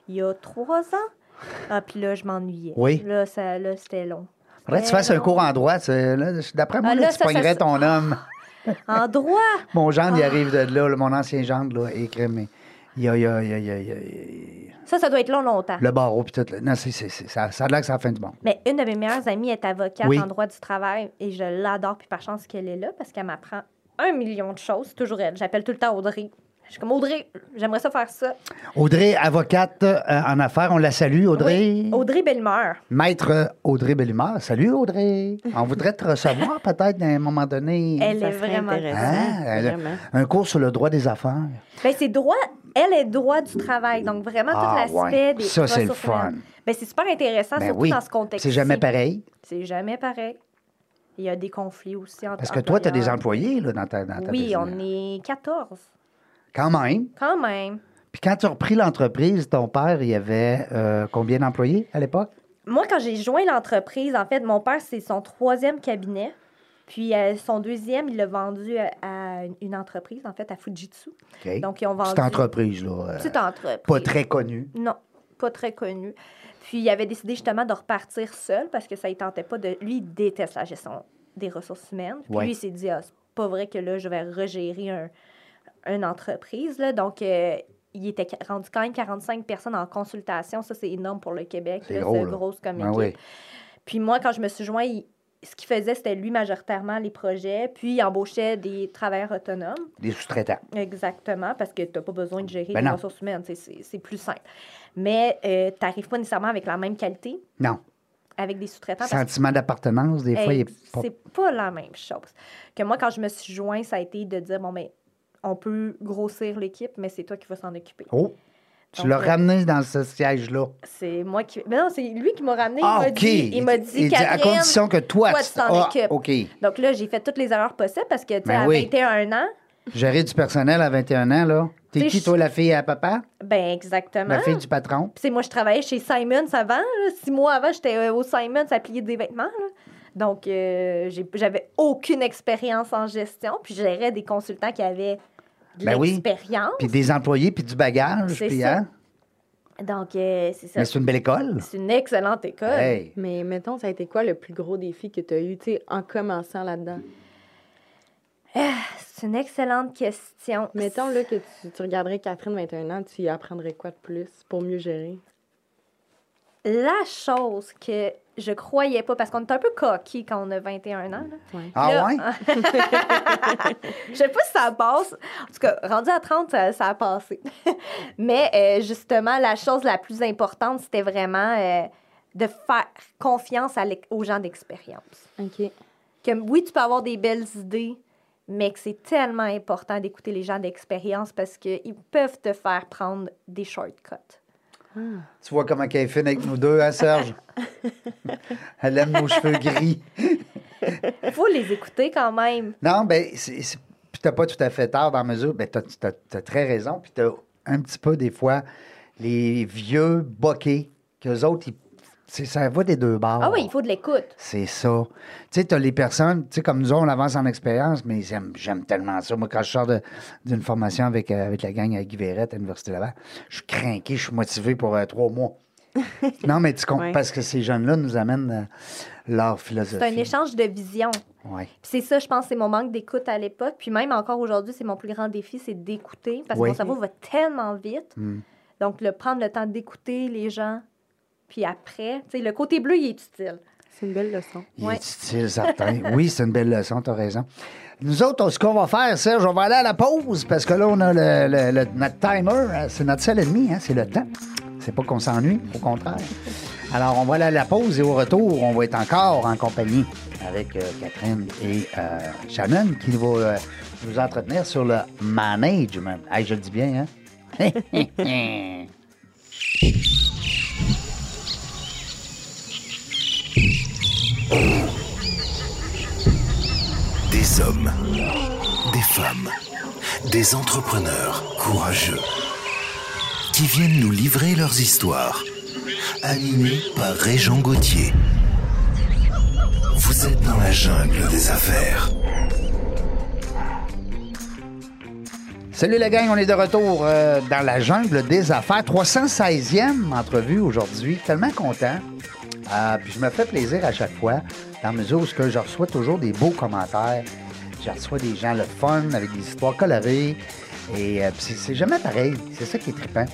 [SPEAKER 4] il y a trois ans. Ah, puis là, je m'ennuyais.
[SPEAKER 2] Oui.
[SPEAKER 4] Là, ça, là c'était long.
[SPEAKER 2] Faudrait que tu fasses un
[SPEAKER 4] non.
[SPEAKER 2] cours en droit. tu sais, là, D'après moi,
[SPEAKER 4] Ah,
[SPEAKER 2] là,
[SPEAKER 4] là,
[SPEAKER 2] tu
[SPEAKER 4] ça, ça
[SPEAKER 2] pognerais
[SPEAKER 4] se- Ah!
[SPEAKER 2] ton homme.
[SPEAKER 4] En droit,
[SPEAKER 2] Mon gendre,
[SPEAKER 4] Ah.
[SPEAKER 2] il arrive de là, là, mon ancien gendre, là, écrit, mais il y a, il y a- il y a- il y a- il y a-
[SPEAKER 4] ça, ça doit être long longtemps.
[SPEAKER 2] le barreau, puis tout. là. Non, c'est, c'est- c'est- ça, ça a l'air que c'est la fin du monde.
[SPEAKER 4] Mais une de mes meilleures amies est avocate
[SPEAKER 2] Oui.
[SPEAKER 4] en droit du travail et je l'adore. Puis par chance qu'elle est là parce qu'elle m'apprend un million de choses. C'est toujours elle. J'appelle tout le temps Audrey. Je suis comme Audrey, j'aimerais ça faire ça.
[SPEAKER 2] Audrey, avocate euh, en affaires, on la salue, Audrey.
[SPEAKER 4] Oui, Audrey Bellemeur.
[SPEAKER 2] Maître euh, Audrey Bellimard. Salut, Audrey. on voudrait te recevoir peut-être à un moment donné.
[SPEAKER 4] Elle
[SPEAKER 3] Ça
[SPEAKER 4] est
[SPEAKER 3] serait
[SPEAKER 4] vraiment.
[SPEAKER 3] intéressant.
[SPEAKER 2] Hein? Elle-
[SPEAKER 3] Vraiment.
[SPEAKER 2] Un cours sur le droit des affaires.
[SPEAKER 4] Ben, c'est droit. Elle est droit du travail. Donc vraiment
[SPEAKER 2] Ah,
[SPEAKER 4] tout
[SPEAKER 2] ouais.
[SPEAKER 4] l'aspect des.
[SPEAKER 2] Ça, c'est le
[SPEAKER 4] ressources
[SPEAKER 2] fun.
[SPEAKER 4] humaines. Ben, c'est super intéressant,
[SPEAKER 2] Ben
[SPEAKER 4] surtout
[SPEAKER 2] oui.
[SPEAKER 4] dans ce contexte.
[SPEAKER 2] C'est jamais pareil.
[SPEAKER 4] C'est jamais pareil. Il y a des conflits aussi entre
[SPEAKER 2] Parce que toi, tu as des
[SPEAKER 4] employeurs.
[SPEAKER 2] employés là, dans ta, dans ta
[SPEAKER 4] Ah, ben, Oui,
[SPEAKER 2] business.
[SPEAKER 4] on est 14
[SPEAKER 2] Quand même.
[SPEAKER 4] quand même.
[SPEAKER 2] Puis quand tu as repris l'entreprise, ton père, il y avait euh, combien d'employés à l'époque?
[SPEAKER 4] Moi, quand j'ai joint l'entreprise, en fait, mon père, c'est son troisième cabinet. Puis euh, son deuxième, il l'a vendu à, à une entreprise, en fait, à Fujitsu.
[SPEAKER 2] OK.
[SPEAKER 4] Donc, ils ont vendu.
[SPEAKER 2] Petite entreprise, là. euh,
[SPEAKER 4] Petite entreprise.
[SPEAKER 2] pas très connue.
[SPEAKER 4] Non, pas très connu. Puis il avait décidé justement de repartir seul parce que ça ne tentait pas de. Lui, il déteste la gestion des ressources humaines. Puis
[SPEAKER 2] Ouais.
[SPEAKER 4] lui, il s'est dit, ah, c'est pas vrai que là, je vais regérer un, une entreprise. Là. Donc, euh, il était ca- rendu quand même 45 personnes en consultation. Ça, c'est énorme pour le Québec.
[SPEAKER 2] C'est
[SPEAKER 4] là,
[SPEAKER 2] gros,
[SPEAKER 4] C'est
[SPEAKER 2] là.
[SPEAKER 4] grosse comme
[SPEAKER 2] Ben
[SPEAKER 4] équipe.
[SPEAKER 2] oui.
[SPEAKER 4] Puis moi, quand je me suis joint, il- ce qu'il faisait, c'était lui majoritairement les projets, puis il embauchait des travailleurs autonomes.
[SPEAKER 2] Des sous-traitants.
[SPEAKER 4] Exactement, parce que tu n'as pas besoin de gérer
[SPEAKER 2] Ben
[SPEAKER 4] les
[SPEAKER 2] non.
[SPEAKER 4] ressources humaines, tu sais, c'est c'est plus simple. Mais tu n'arrives pas nécessairement avec la même qualité,
[SPEAKER 2] Non.
[SPEAKER 4] avec des sous-traitants. parce
[SPEAKER 2] Sentiment d'appartenance, des fois, il
[SPEAKER 4] Hey,
[SPEAKER 2] est pas...
[SPEAKER 4] C'est pas la même chose. Que moi, quand je me suis joint, ça a été de dire, bon, mais on peut grossir l'équipe, mais c'est toi qui vas s'en occuper.
[SPEAKER 2] Oh! Tu
[SPEAKER 4] Donc,
[SPEAKER 2] l'as
[SPEAKER 4] euh,
[SPEAKER 2] ramené dans ce siège-là.
[SPEAKER 4] C'est moi qui... Mais non, c'est lui qui m'a ramené.
[SPEAKER 2] Ah,
[SPEAKER 4] il m'a
[SPEAKER 2] OK.
[SPEAKER 4] dit, il m'a dit,
[SPEAKER 2] à
[SPEAKER 4] Catherine,
[SPEAKER 2] condition que toi,
[SPEAKER 4] toi, tu t'en
[SPEAKER 2] Ah,
[SPEAKER 4] occupes.
[SPEAKER 2] OK.
[SPEAKER 4] Donc là, j'ai fait toutes les erreurs possibles parce que, tu sais,
[SPEAKER 2] Ben
[SPEAKER 4] à
[SPEAKER 2] oui.
[SPEAKER 4] 21 ans,
[SPEAKER 2] Gérer du personnel à 21 ans, là. T'es
[SPEAKER 4] T'sais,
[SPEAKER 2] qui,
[SPEAKER 4] je-
[SPEAKER 2] toi, la fille à papa?
[SPEAKER 4] ben exactement.
[SPEAKER 2] La fille du patron?
[SPEAKER 4] Puis, tu sais, moi, je travaillais chez Simons avant. là. Six mois avant, j'étais euh, au Simons à plier des vêtements. là. Donc, euh, j'ai- j'avais aucune expérience en gestion. Puis, je gérais des consultants qui avaient de
[SPEAKER 2] Ben oui.
[SPEAKER 4] l'expérience.
[SPEAKER 2] Puis des employés, puis du bagage,
[SPEAKER 4] C'est
[SPEAKER 2] puis
[SPEAKER 4] ça.
[SPEAKER 2] hein?
[SPEAKER 4] Donc, euh, c'est ça.
[SPEAKER 2] Mais c'est une belle école.
[SPEAKER 4] C'est une excellente école.
[SPEAKER 2] Hey!
[SPEAKER 3] Mais mettons, ça a été quoi le plus gros défi que tu as eu, tu sais, en commençant là-dedans?
[SPEAKER 4] C'est une excellente question.
[SPEAKER 3] Mettons là, que tu, tu regarderais Catherine 21 ans, tu y apprendrais quoi de plus pour mieux gérer?
[SPEAKER 4] La chose que je croyais pas, parce qu'on est un peu coquille quand on a 21 ans. là.
[SPEAKER 2] Ah
[SPEAKER 4] Là-
[SPEAKER 2] ouais?
[SPEAKER 4] Je sais pas si ça passe. En tout cas, rendu à 30, ça, ça a passé. Mais euh, justement, la chose la plus importante, c'était vraiment euh, de faire confiance à l'ex- aux gens d'expérience.
[SPEAKER 3] OK.
[SPEAKER 4] Que oui, tu peux avoir des belles idées, mais que c'est tellement important d'écouter les gens d'expérience parce qu'ils peuvent te faire prendre des shortcuts.
[SPEAKER 2] Tu vois comment elle est fine avec nous deux, hein, Serge? Elle aime nos cheveux gris.
[SPEAKER 4] Il faut les écouter quand même.
[SPEAKER 2] Non, ben, c'est- c'est- puis t'as pas tout à fait tard dans la mesure, ben, t'as, t'as- t'as très raison, puis t'as un petit peu, des fois, les vieux boqués, qu'eux autres, ils C'est- Ça va des deux bords.
[SPEAKER 4] Ah oui, il faut de l'écoute.
[SPEAKER 2] C'est ça. Tu sais, t'as les personnes, tu sais, comme nous, autres, on avance en expérience, mais j'aime, j'aime tellement ça. Moi, quand je sors de- d'une formation avec, euh, avec la gang à Guy Verrette à l'Université Laval, je suis craqué, je suis motivé pour euh, trois mois. non, mais tu comprends,
[SPEAKER 3] Ouais.
[SPEAKER 2] parce que ces jeunes-là nous amènent euh, leur philosophie.
[SPEAKER 4] C'est un échange de vision.
[SPEAKER 2] Ouais.
[SPEAKER 4] Puis c'est ça, je pense, c'est mon manque d'écoute à l'époque. Puis même encore aujourd'hui, c'est mon plus grand défi, c'est d'écouter. Parce
[SPEAKER 2] Oui.
[SPEAKER 4] que mon cerveau va tellement vite.
[SPEAKER 2] Mm.
[SPEAKER 4] Donc, le prendre le temps d'écouter les gens. Puis après, tu sais, le côté bleu, il est utile.
[SPEAKER 3] C'est une belle leçon.
[SPEAKER 2] Il
[SPEAKER 4] Ouais.
[SPEAKER 2] est utile, certain. oui, c'est une belle leçon, t'as raison. Nous autres, on- ce qu'on va faire, Serge, on va aller à la pause parce que là, on a le, le- le- notre timer. hein, C'est notre seul ennemi, hein, c'est le temps. C'est pas qu'on s'ennuie, au contraire. Alors, on va aller à la pause et au retour, on va être encore en compagnie avec euh, Catherine et euh, Shannon qui vont euh, nous entretenir sur le management. Hey, je le dis bien, hein?
[SPEAKER 1] Des hommes, des femmes, des entrepreneurs courageux qui viennent nous livrer leurs histoires, animés par Régent Gauthier. Vous êtes dans la jungle des affaires.
[SPEAKER 2] Salut la gang, on est de retour euh, dans la jungle des affaires. 316e entrevue aujourd'hui. Tellement content. Euh, puis je me fais plaisir à chaque fois, dans la mesure où ce que je reçois toujours des beaux commentaires. Je reçois des gens le fun, avec des histoires colorées. Et euh, puis c'est c'est jamais pareil. C'est ça qui est trippant.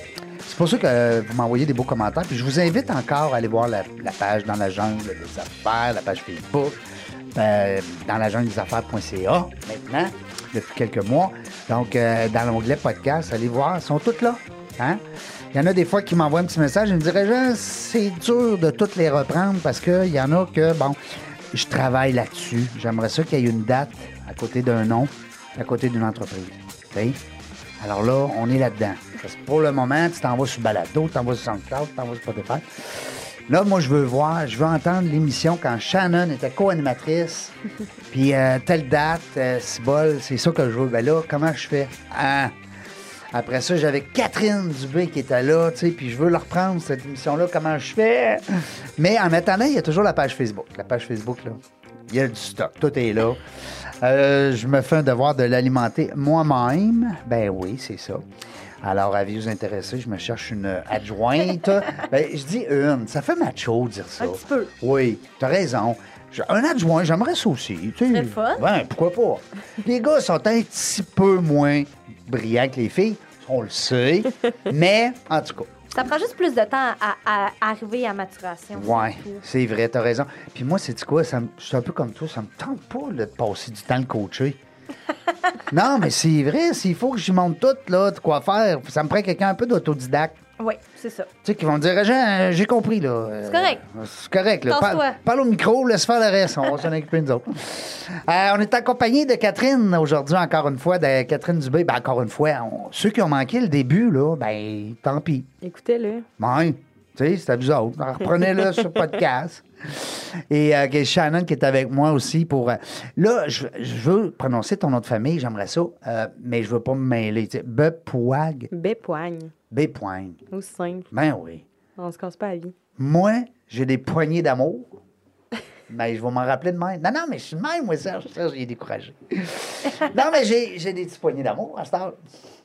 [SPEAKER 2] C'est pour ça que euh, vous m'envoyez des beaux commentaires. Puis je vous invite encore à aller voir la, la page dans la jungle des affaires, la page Facebook, euh, dans la jungle des affaires.ca maintenant, depuis quelques mois. Donc, euh, dans l'onglet podcast, allez voir, ils sont toutes là. Hein? Il y en a des fois qui m'envoient un petit message et me diraient Jean, c'est dur de toutes les reprendre parce qu'il y en a que, bon, je travaille là-dessus. J'aimerais ça qu'il y ait une date à côté d'un nom, à côté d'une entreprise. Tu sais? Alors là, on est là-dedans. Parce que pour le moment, tu t'en vas sur Balado, tu t'en vas sur SoundCloud, tu t'en vas sur Spotify. Là, moi, je veux voir, je veux entendre l'émission quand Shannon était co-animatrice. Puis euh, telle date, euh, c'est bol, c'est ça que je veux. Ben là, comment je fais? Ah. Après ça, j'avais Catherine Dubé qui était là, tu sais, puis je veux leur reprendre, cette émission-là, comment je fais? Mais en attendant, il y a toujours la page Facebook. La page Facebook, là, il y a du stock, tout est là. Euh, je me fais un devoir de l'alimenter moi-même. Ben oui, c'est ça. Alors, avis vous intéressés, je me cherche une adjointe. ben, je dis une. Ça fait macho de dire ça.
[SPEAKER 4] Un petit peu.
[SPEAKER 2] Oui, t'as raison. Je- Un adjoint, j'aimerais ça aussi. Tu sais.
[SPEAKER 4] Très fun.
[SPEAKER 2] Ben, pourquoi pas? Les gars sont un petit peu moins brillants que les filles, on le sait. mais, en tout cas,
[SPEAKER 4] Ça prend juste plus de temps à, à arriver à maturation.
[SPEAKER 2] ouais,
[SPEAKER 4] c'est tout.
[SPEAKER 2] c'est vrai, t'as raison. Puis moi, c'est quoi? Ça me- je suis un peu comme toi, ça me tente pas là, de passer du temps le coacher. non, mais c'est vrai, s'il faut que j'y monte tout, là, de quoi faire, ça me prend quelqu'un un peu d'autodidacte.
[SPEAKER 4] Oui, c'est ça.
[SPEAKER 2] Tu sais, qui vont me dire, Jean, j'ai compris, là. Euh,
[SPEAKER 4] C'est correct.
[SPEAKER 2] C'est correct, là.
[SPEAKER 4] Tasse-toi.
[SPEAKER 2] Parle, parle au micro, laisse faire le reste. On va s'en occuper, nous autres. Euh, on est accompagné de Catherine aujourd'hui, encore une fois, de Catherine Dubé. Ben, encore une fois, on- ceux qui ont manqué le début, là, ben, tant pis.
[SPEAKER 3] Écoutez-le.
[SPEAKER 2] Ben, tu sais, c'était vous autres. Alors, Reprenez-le sur podcast. Et euh, que Shannon qui est avec moi aussi pour. euh, là, je, je veux prononcer ton nom de famille, j'aimerais ça, euh, mais je veux pas me mêler. tu sais. Bepoig,
[SPEAKER 3] Bépoigne.
[SPEAKER 2] Bépoigne.
[SPEAKER 3] Aussi simple.
[SPEAKER 2] Ben oui.
[SPEAKER 3] On se casse pas la vie.
[SPEAKER 2] Moi, j'ai des poignées d'amour. Mais je vais m'en rappeler demain. Non, non, mais je suis de même, moi, Serge. Serge, il est découragé. non, mais j'ai j'ai des petits poignées d'amour à ce temps.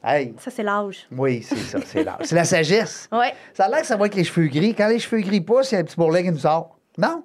[SPEAKER 2] Hey,
[SPEAKER 4] Ça, c'est l'âge.
[SPEAKER 2] oui, c'est ça, c'est l'art. C'est la sagesse.
[SPEAKER 4] Oui.
[SPEAKER 2] Ça a l'air que ça va avec les cheveux gris. Quand les cheveux gris poussent, il y a un petit bourrelet qui nous sort. Non?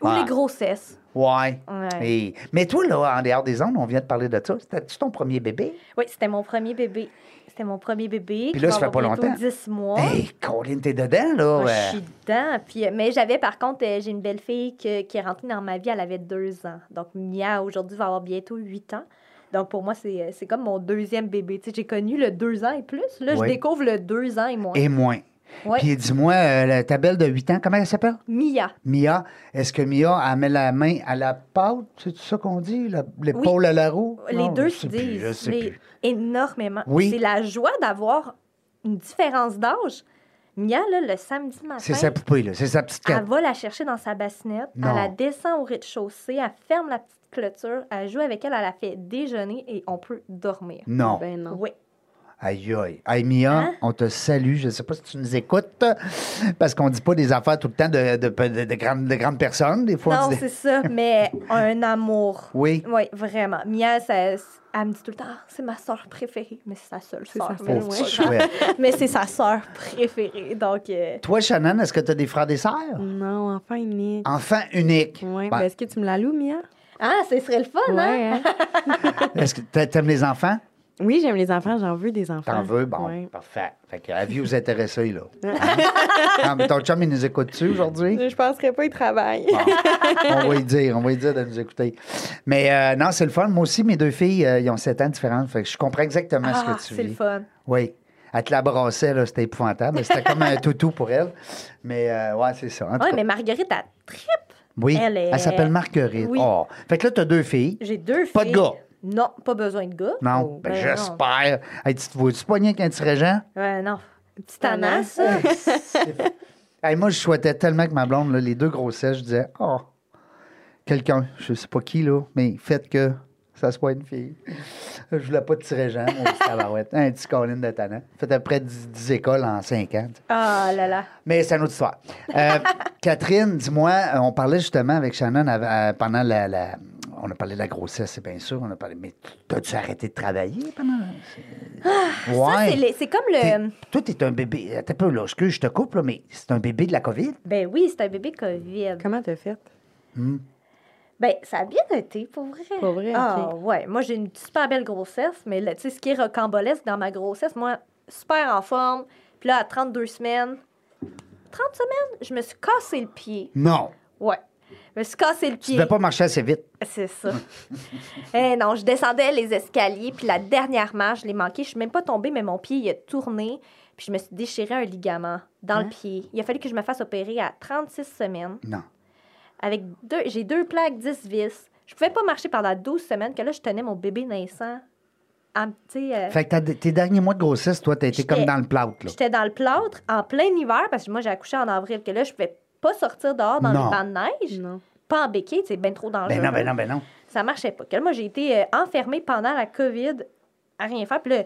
[SPEAKER 4] Ou
[SPEAKER 2] Ouais.
[SPEAKER 4] les grossesses.
[SPEAKER 2] Ouais.
[SPEAKER 4] Ouais.
[SPEAKER 2] Et- Mais toi, là, en dehors des ondes, on vient de parler de ça. C'était-tu ton premier bébé?
[SPEAKER 4] Oui, c'était mon premier bébé. C'était mon premier bébé.
[SPEAKER 2] Puis là,
[SPEAKER 4] qui
[SPEAKER 2] ça
[SPEAKER 4] va
[SPEAKER 2] fait pas
[SPEAKER 4] avoir bientôt
[SPEAKER 2] longtemps. Hein?
[SPEAKER 4] 10 mois.
[SPEAKER 2] Hey, Colin, t'es dedans, là.
[SPEAKER 4] Moi,
[SPEAKER 2] ouais.
[SPEAKER 4] Je suis dedans. Puis, euh, mais j'avais, par contre, euh, j'ai une belle fille que- qui est rentrée dans ma vie, elle avait deux ans. Donc, Mia, aujourd'hui, va avoir bientôt huit ans. Donc, pour moi, c'est euh, c'est comme mon deuxième bébé. Tu sais, j'ai connu le deux ans et plus. Là,
[SPEAKER 2] Ouais.
[SPEAKER 4] je découvre le deux ans et moins.
[SPEAKER 2] Et moins.
[SPEAKER 4] Ouais.
[SPEAKER 2] Puis dis-moi, euh, la- ta belle de 8 ans, comment elle s'appelle?
[SPEAKER 4] Mia.
[SPEAKER 2] Mia, est-ce que Mia, elle met la main à la pâte? C'est ça qu'on dit? la- L'épaule à la roue?
[SPEAKER 4] Les
[SPEAKER 2] Non,
[SPEAKER 4] deux
[SPEAKER 2] je
[SPEAKER 4] se
[SPEAKER 2] sais plus, je
[SPEAKER 4] disent
[SPEAKER 2] sais
[SPEAKER 4] mais
[SPEAKER 2] plus.
[SPEAKER 4] énormément.
[SPEAKER 2] Oui.
[SPEAKER 4] C'est la joie d'avoir une différence d'âge. Mia, là, le samedi matin,
[SPEAKER 2] C'est sa poupée, là. C'est sa petite
[SPEAKER 4] elle
[SPEAKER 2] carte.
[SPEAKER 4] va la chercher dans sa bassinette,
[SPEAKER 2] Non.
[SPEAKER 4] elle la descend au rez-de-chaussée, elle ferme la petite clôture, elle joue avec elle, elle la fait déjeuner et on peut dormir.
[SPEAKER 2] Non.
[SPEAKER 3] Ben non.
[SPEAKER 4] Oui.
[SPEAKER 2] Aïe, aïe. Aïe, Mia,
[SPEAKER 4] Hein?
[SPEAKER 2] on te salue. Je ne sais pas si tu nous écoutes, parce qu'on ne dit pas des affaires tout le temps de, de, de- de grandes, de grandes personnes. Des fois, on
[SPEAKER 4] Non,
[SPEAKER 2] dit des-
[SPEAKER 4] c'est ça, mais un amour.
[SPEAKER 2] Oui.
[SPEAKER 4] Oui, vraiment. Mia, ça- elle me dit tout le temps, Ah, c'est ma soeur préférée, mais c'est sa seule
[SPEAKER 3] C'est
[SPEAKER 4] soeur.
[SPEAKER 3] sa
[SPEAKER 4] Mais,
[SPEAKER 2] Oh,
[SPEAKER 3] ouais.
[SPEAKER 2] petit chouette.
[SPEAKER 4] mais c'est sa soeur préférée, donc... euh,
[SPEAKER 2] Toi, Shannon, est-ce que tu as des frères et sœurs?
[SPEAKER 4] Mm.
[SPEAKER 3] Non, enfin unique.
[SPEAKER 2] Enfant unique.
[SPEAKER 3] Ouais,
[SPEAKER 2] Ben,
[SPEAKER 3] ben, est-ce que tu me la loues, Mia?
[SPEAKER 4] Ah, ce serait le fun, hein?
[SPEAKER 3] Ouais, hein?
[SPEAKER 2] Est-ce que t'a- t'aimes les enfants?
[SPEAKER 3] Oui, j'aime les enfants, j'en veux des enfants.
[SPEAKER 2] T'en
[SPEAKER 4] Hein?
[SPEAKER 2] veux? Bon,
[SPEAKER 3] Ouais.
[SPEAKER 2] parfait. Fait que la vie vous intéressée, là. Hein? Ah, ton chum, il nous écoute-tu aujourd'hui?
[SPEAKER 3] Je penserais pas, ils travaillent.
[SPEAKER 2] on va y dire, on va y dire de nous écouter. Mais euh, non, c'est le fun. Moi aussi, mes deux filles, euh, ils ont 7 ans différentes. Fait que je comprends exactement
[SPEAKER 4] Ah,
[SPEAKER 2] ce que tu
[SPEAKER 4] c'est le
[SPEAKER 2] vis.
[SPEAKER 4] fun.
[SPEAKER 2] Oui. Elle te la brassait, là, c'était épouvantable. Mais C'était comme un toutou pour elle. Mais euh, ouais, c'est ça. En tout
[SPEAKER 4] Oui,
[SPEAKER 2] cas,
[SPEAKER 4] mais Marguerite, elle tripe.
[SPEAKER 2] oui,
[SPEAKER 4] elle est-
[SPEAKER 2] s'appelle Marguerite.
[SPEAKER 4] Oui.
[SPEAKER 2] Oh. Fait que là, tu as deux filles.
[SPEAKER 4] J'ai deux filles.
[SPEAKER 2] Pas de gars.
[SPEAKER 4] Non, pas besoin de gars.
[SPEAKER 2] Non,
[SPEAKER 4] Oh,
[SPEAKER 2] ben,
[SPEAKER 4] ben non.
[SPEAKER 2] j'espère. Hey, tu te vois-tu pogner avec un petit régent?
[SPEAKER 4] Ouais, non. Petit ananas, ça.
[SPEAKER 2] Hey, moi, je souhaitais tellement que ma blonde, là, les deux grossesses, je disais, oh, quelqu'un, je sais pas qui, là, mais faites que ça soit une fille. Je voulais pas de tirer Jean, mon petit tabarouette. Un petit Colin de talent. Fait à peu près 10, 10 écoles en 5 ans. tu sais.
[SPEAKER 4] Ah là là.
[SPEAKER 2] Mais c'est une autre histoire. Euh, Catherine, dis-moi, euh, on parlait justement avec Shannon av- euh, pendant la, la- On a parlé de la grossesse, c'est bien sûr. On a parlé. Mais t'as-tu arrêté de travailler pendant. c'est-
[SPEAKER 4] Ah, Ça,
[SPEAKER 2] Ouais.
[SPEAKER 4] c'est euh, le- c'est comme le.
[SPEAKER 2] T'es- Toi, t'es un bébé. Attends un peu, là. Excuse, je te coupe, là, mais c'est un bébé de la COVID?
[SPEAKER 4] Ben oui, c'est un bébé COVID.
[SPEAKER 3] Comment t'as fait?
[SPEAKER 4] Ben, ça a bien été, pour vrai.
[SPEAKER 3] Pour vrai,
[SPEAKER 4] Ah,
[SPEAKER 3] ok.
[SPEAKER 4] ouais. Moi, j'ai une super belle grossesse, mais là, tu sais, ce qui est rocambolesque dans ma grossesse, moi, super en forme. Puis là, à 32 semaines, 30 semaines, je me suis cassé le pied.
[SPEAKER 2] Non.
[SPEAKER 4] Ouais. Je me suis cassé le
[SPEAKER 2] Tu
[SPEAKER 4] pied.
[SPEAKER 2] devais pas marcher assez vite.
[SPEAKER 4] C'est ça. Eh non, je descendais les escaliers, puis la dernière marche, je l'ai manqué. Je suis même pas tombée, mais mon pied, il a tourné, puis je me suis déchiré un ligament dans
[SPEAKER 3] Hein?
[SPEAKER 4] le pied. Il a fallu que je me fasse opérer à 36 semaines.
[SPEAKER 2] Non.
[SPEAKER 4] Avec deux, j'ai deux plaques, 10 vis. Je pouvais pas marcher pendant 12 semaines, que là, je tenais mon bébé naissant. à- tu sais, euh,
[SPEAKER 2] Fait que t'as- tes derniers mois de grossesse, toi, t'as été
[SPEAKER 4] J'étais-
[SPEAKER 2] comme dans le plâtre, là.
[SPEAKER 4] J'étais dans le plâtre en plein hiver, parce que moi, j'ai accouché en avril, que là, je pouvais pas sortir dehors dans
[SPEAKER 2] Non.
[SPEAKER 4] les bancs de neige,
[SPEAKER 3] Non.
[SPEAKER 4] pas en béquille, c'est bien trop dangereux.
[SPEAKER 2] Ben non, ben non, ben non.
[SPEAKER 4] ça marchait pas. Que là, Moi, j'ai été euh, enfermée pendant la COVID à rien faire. Puis là,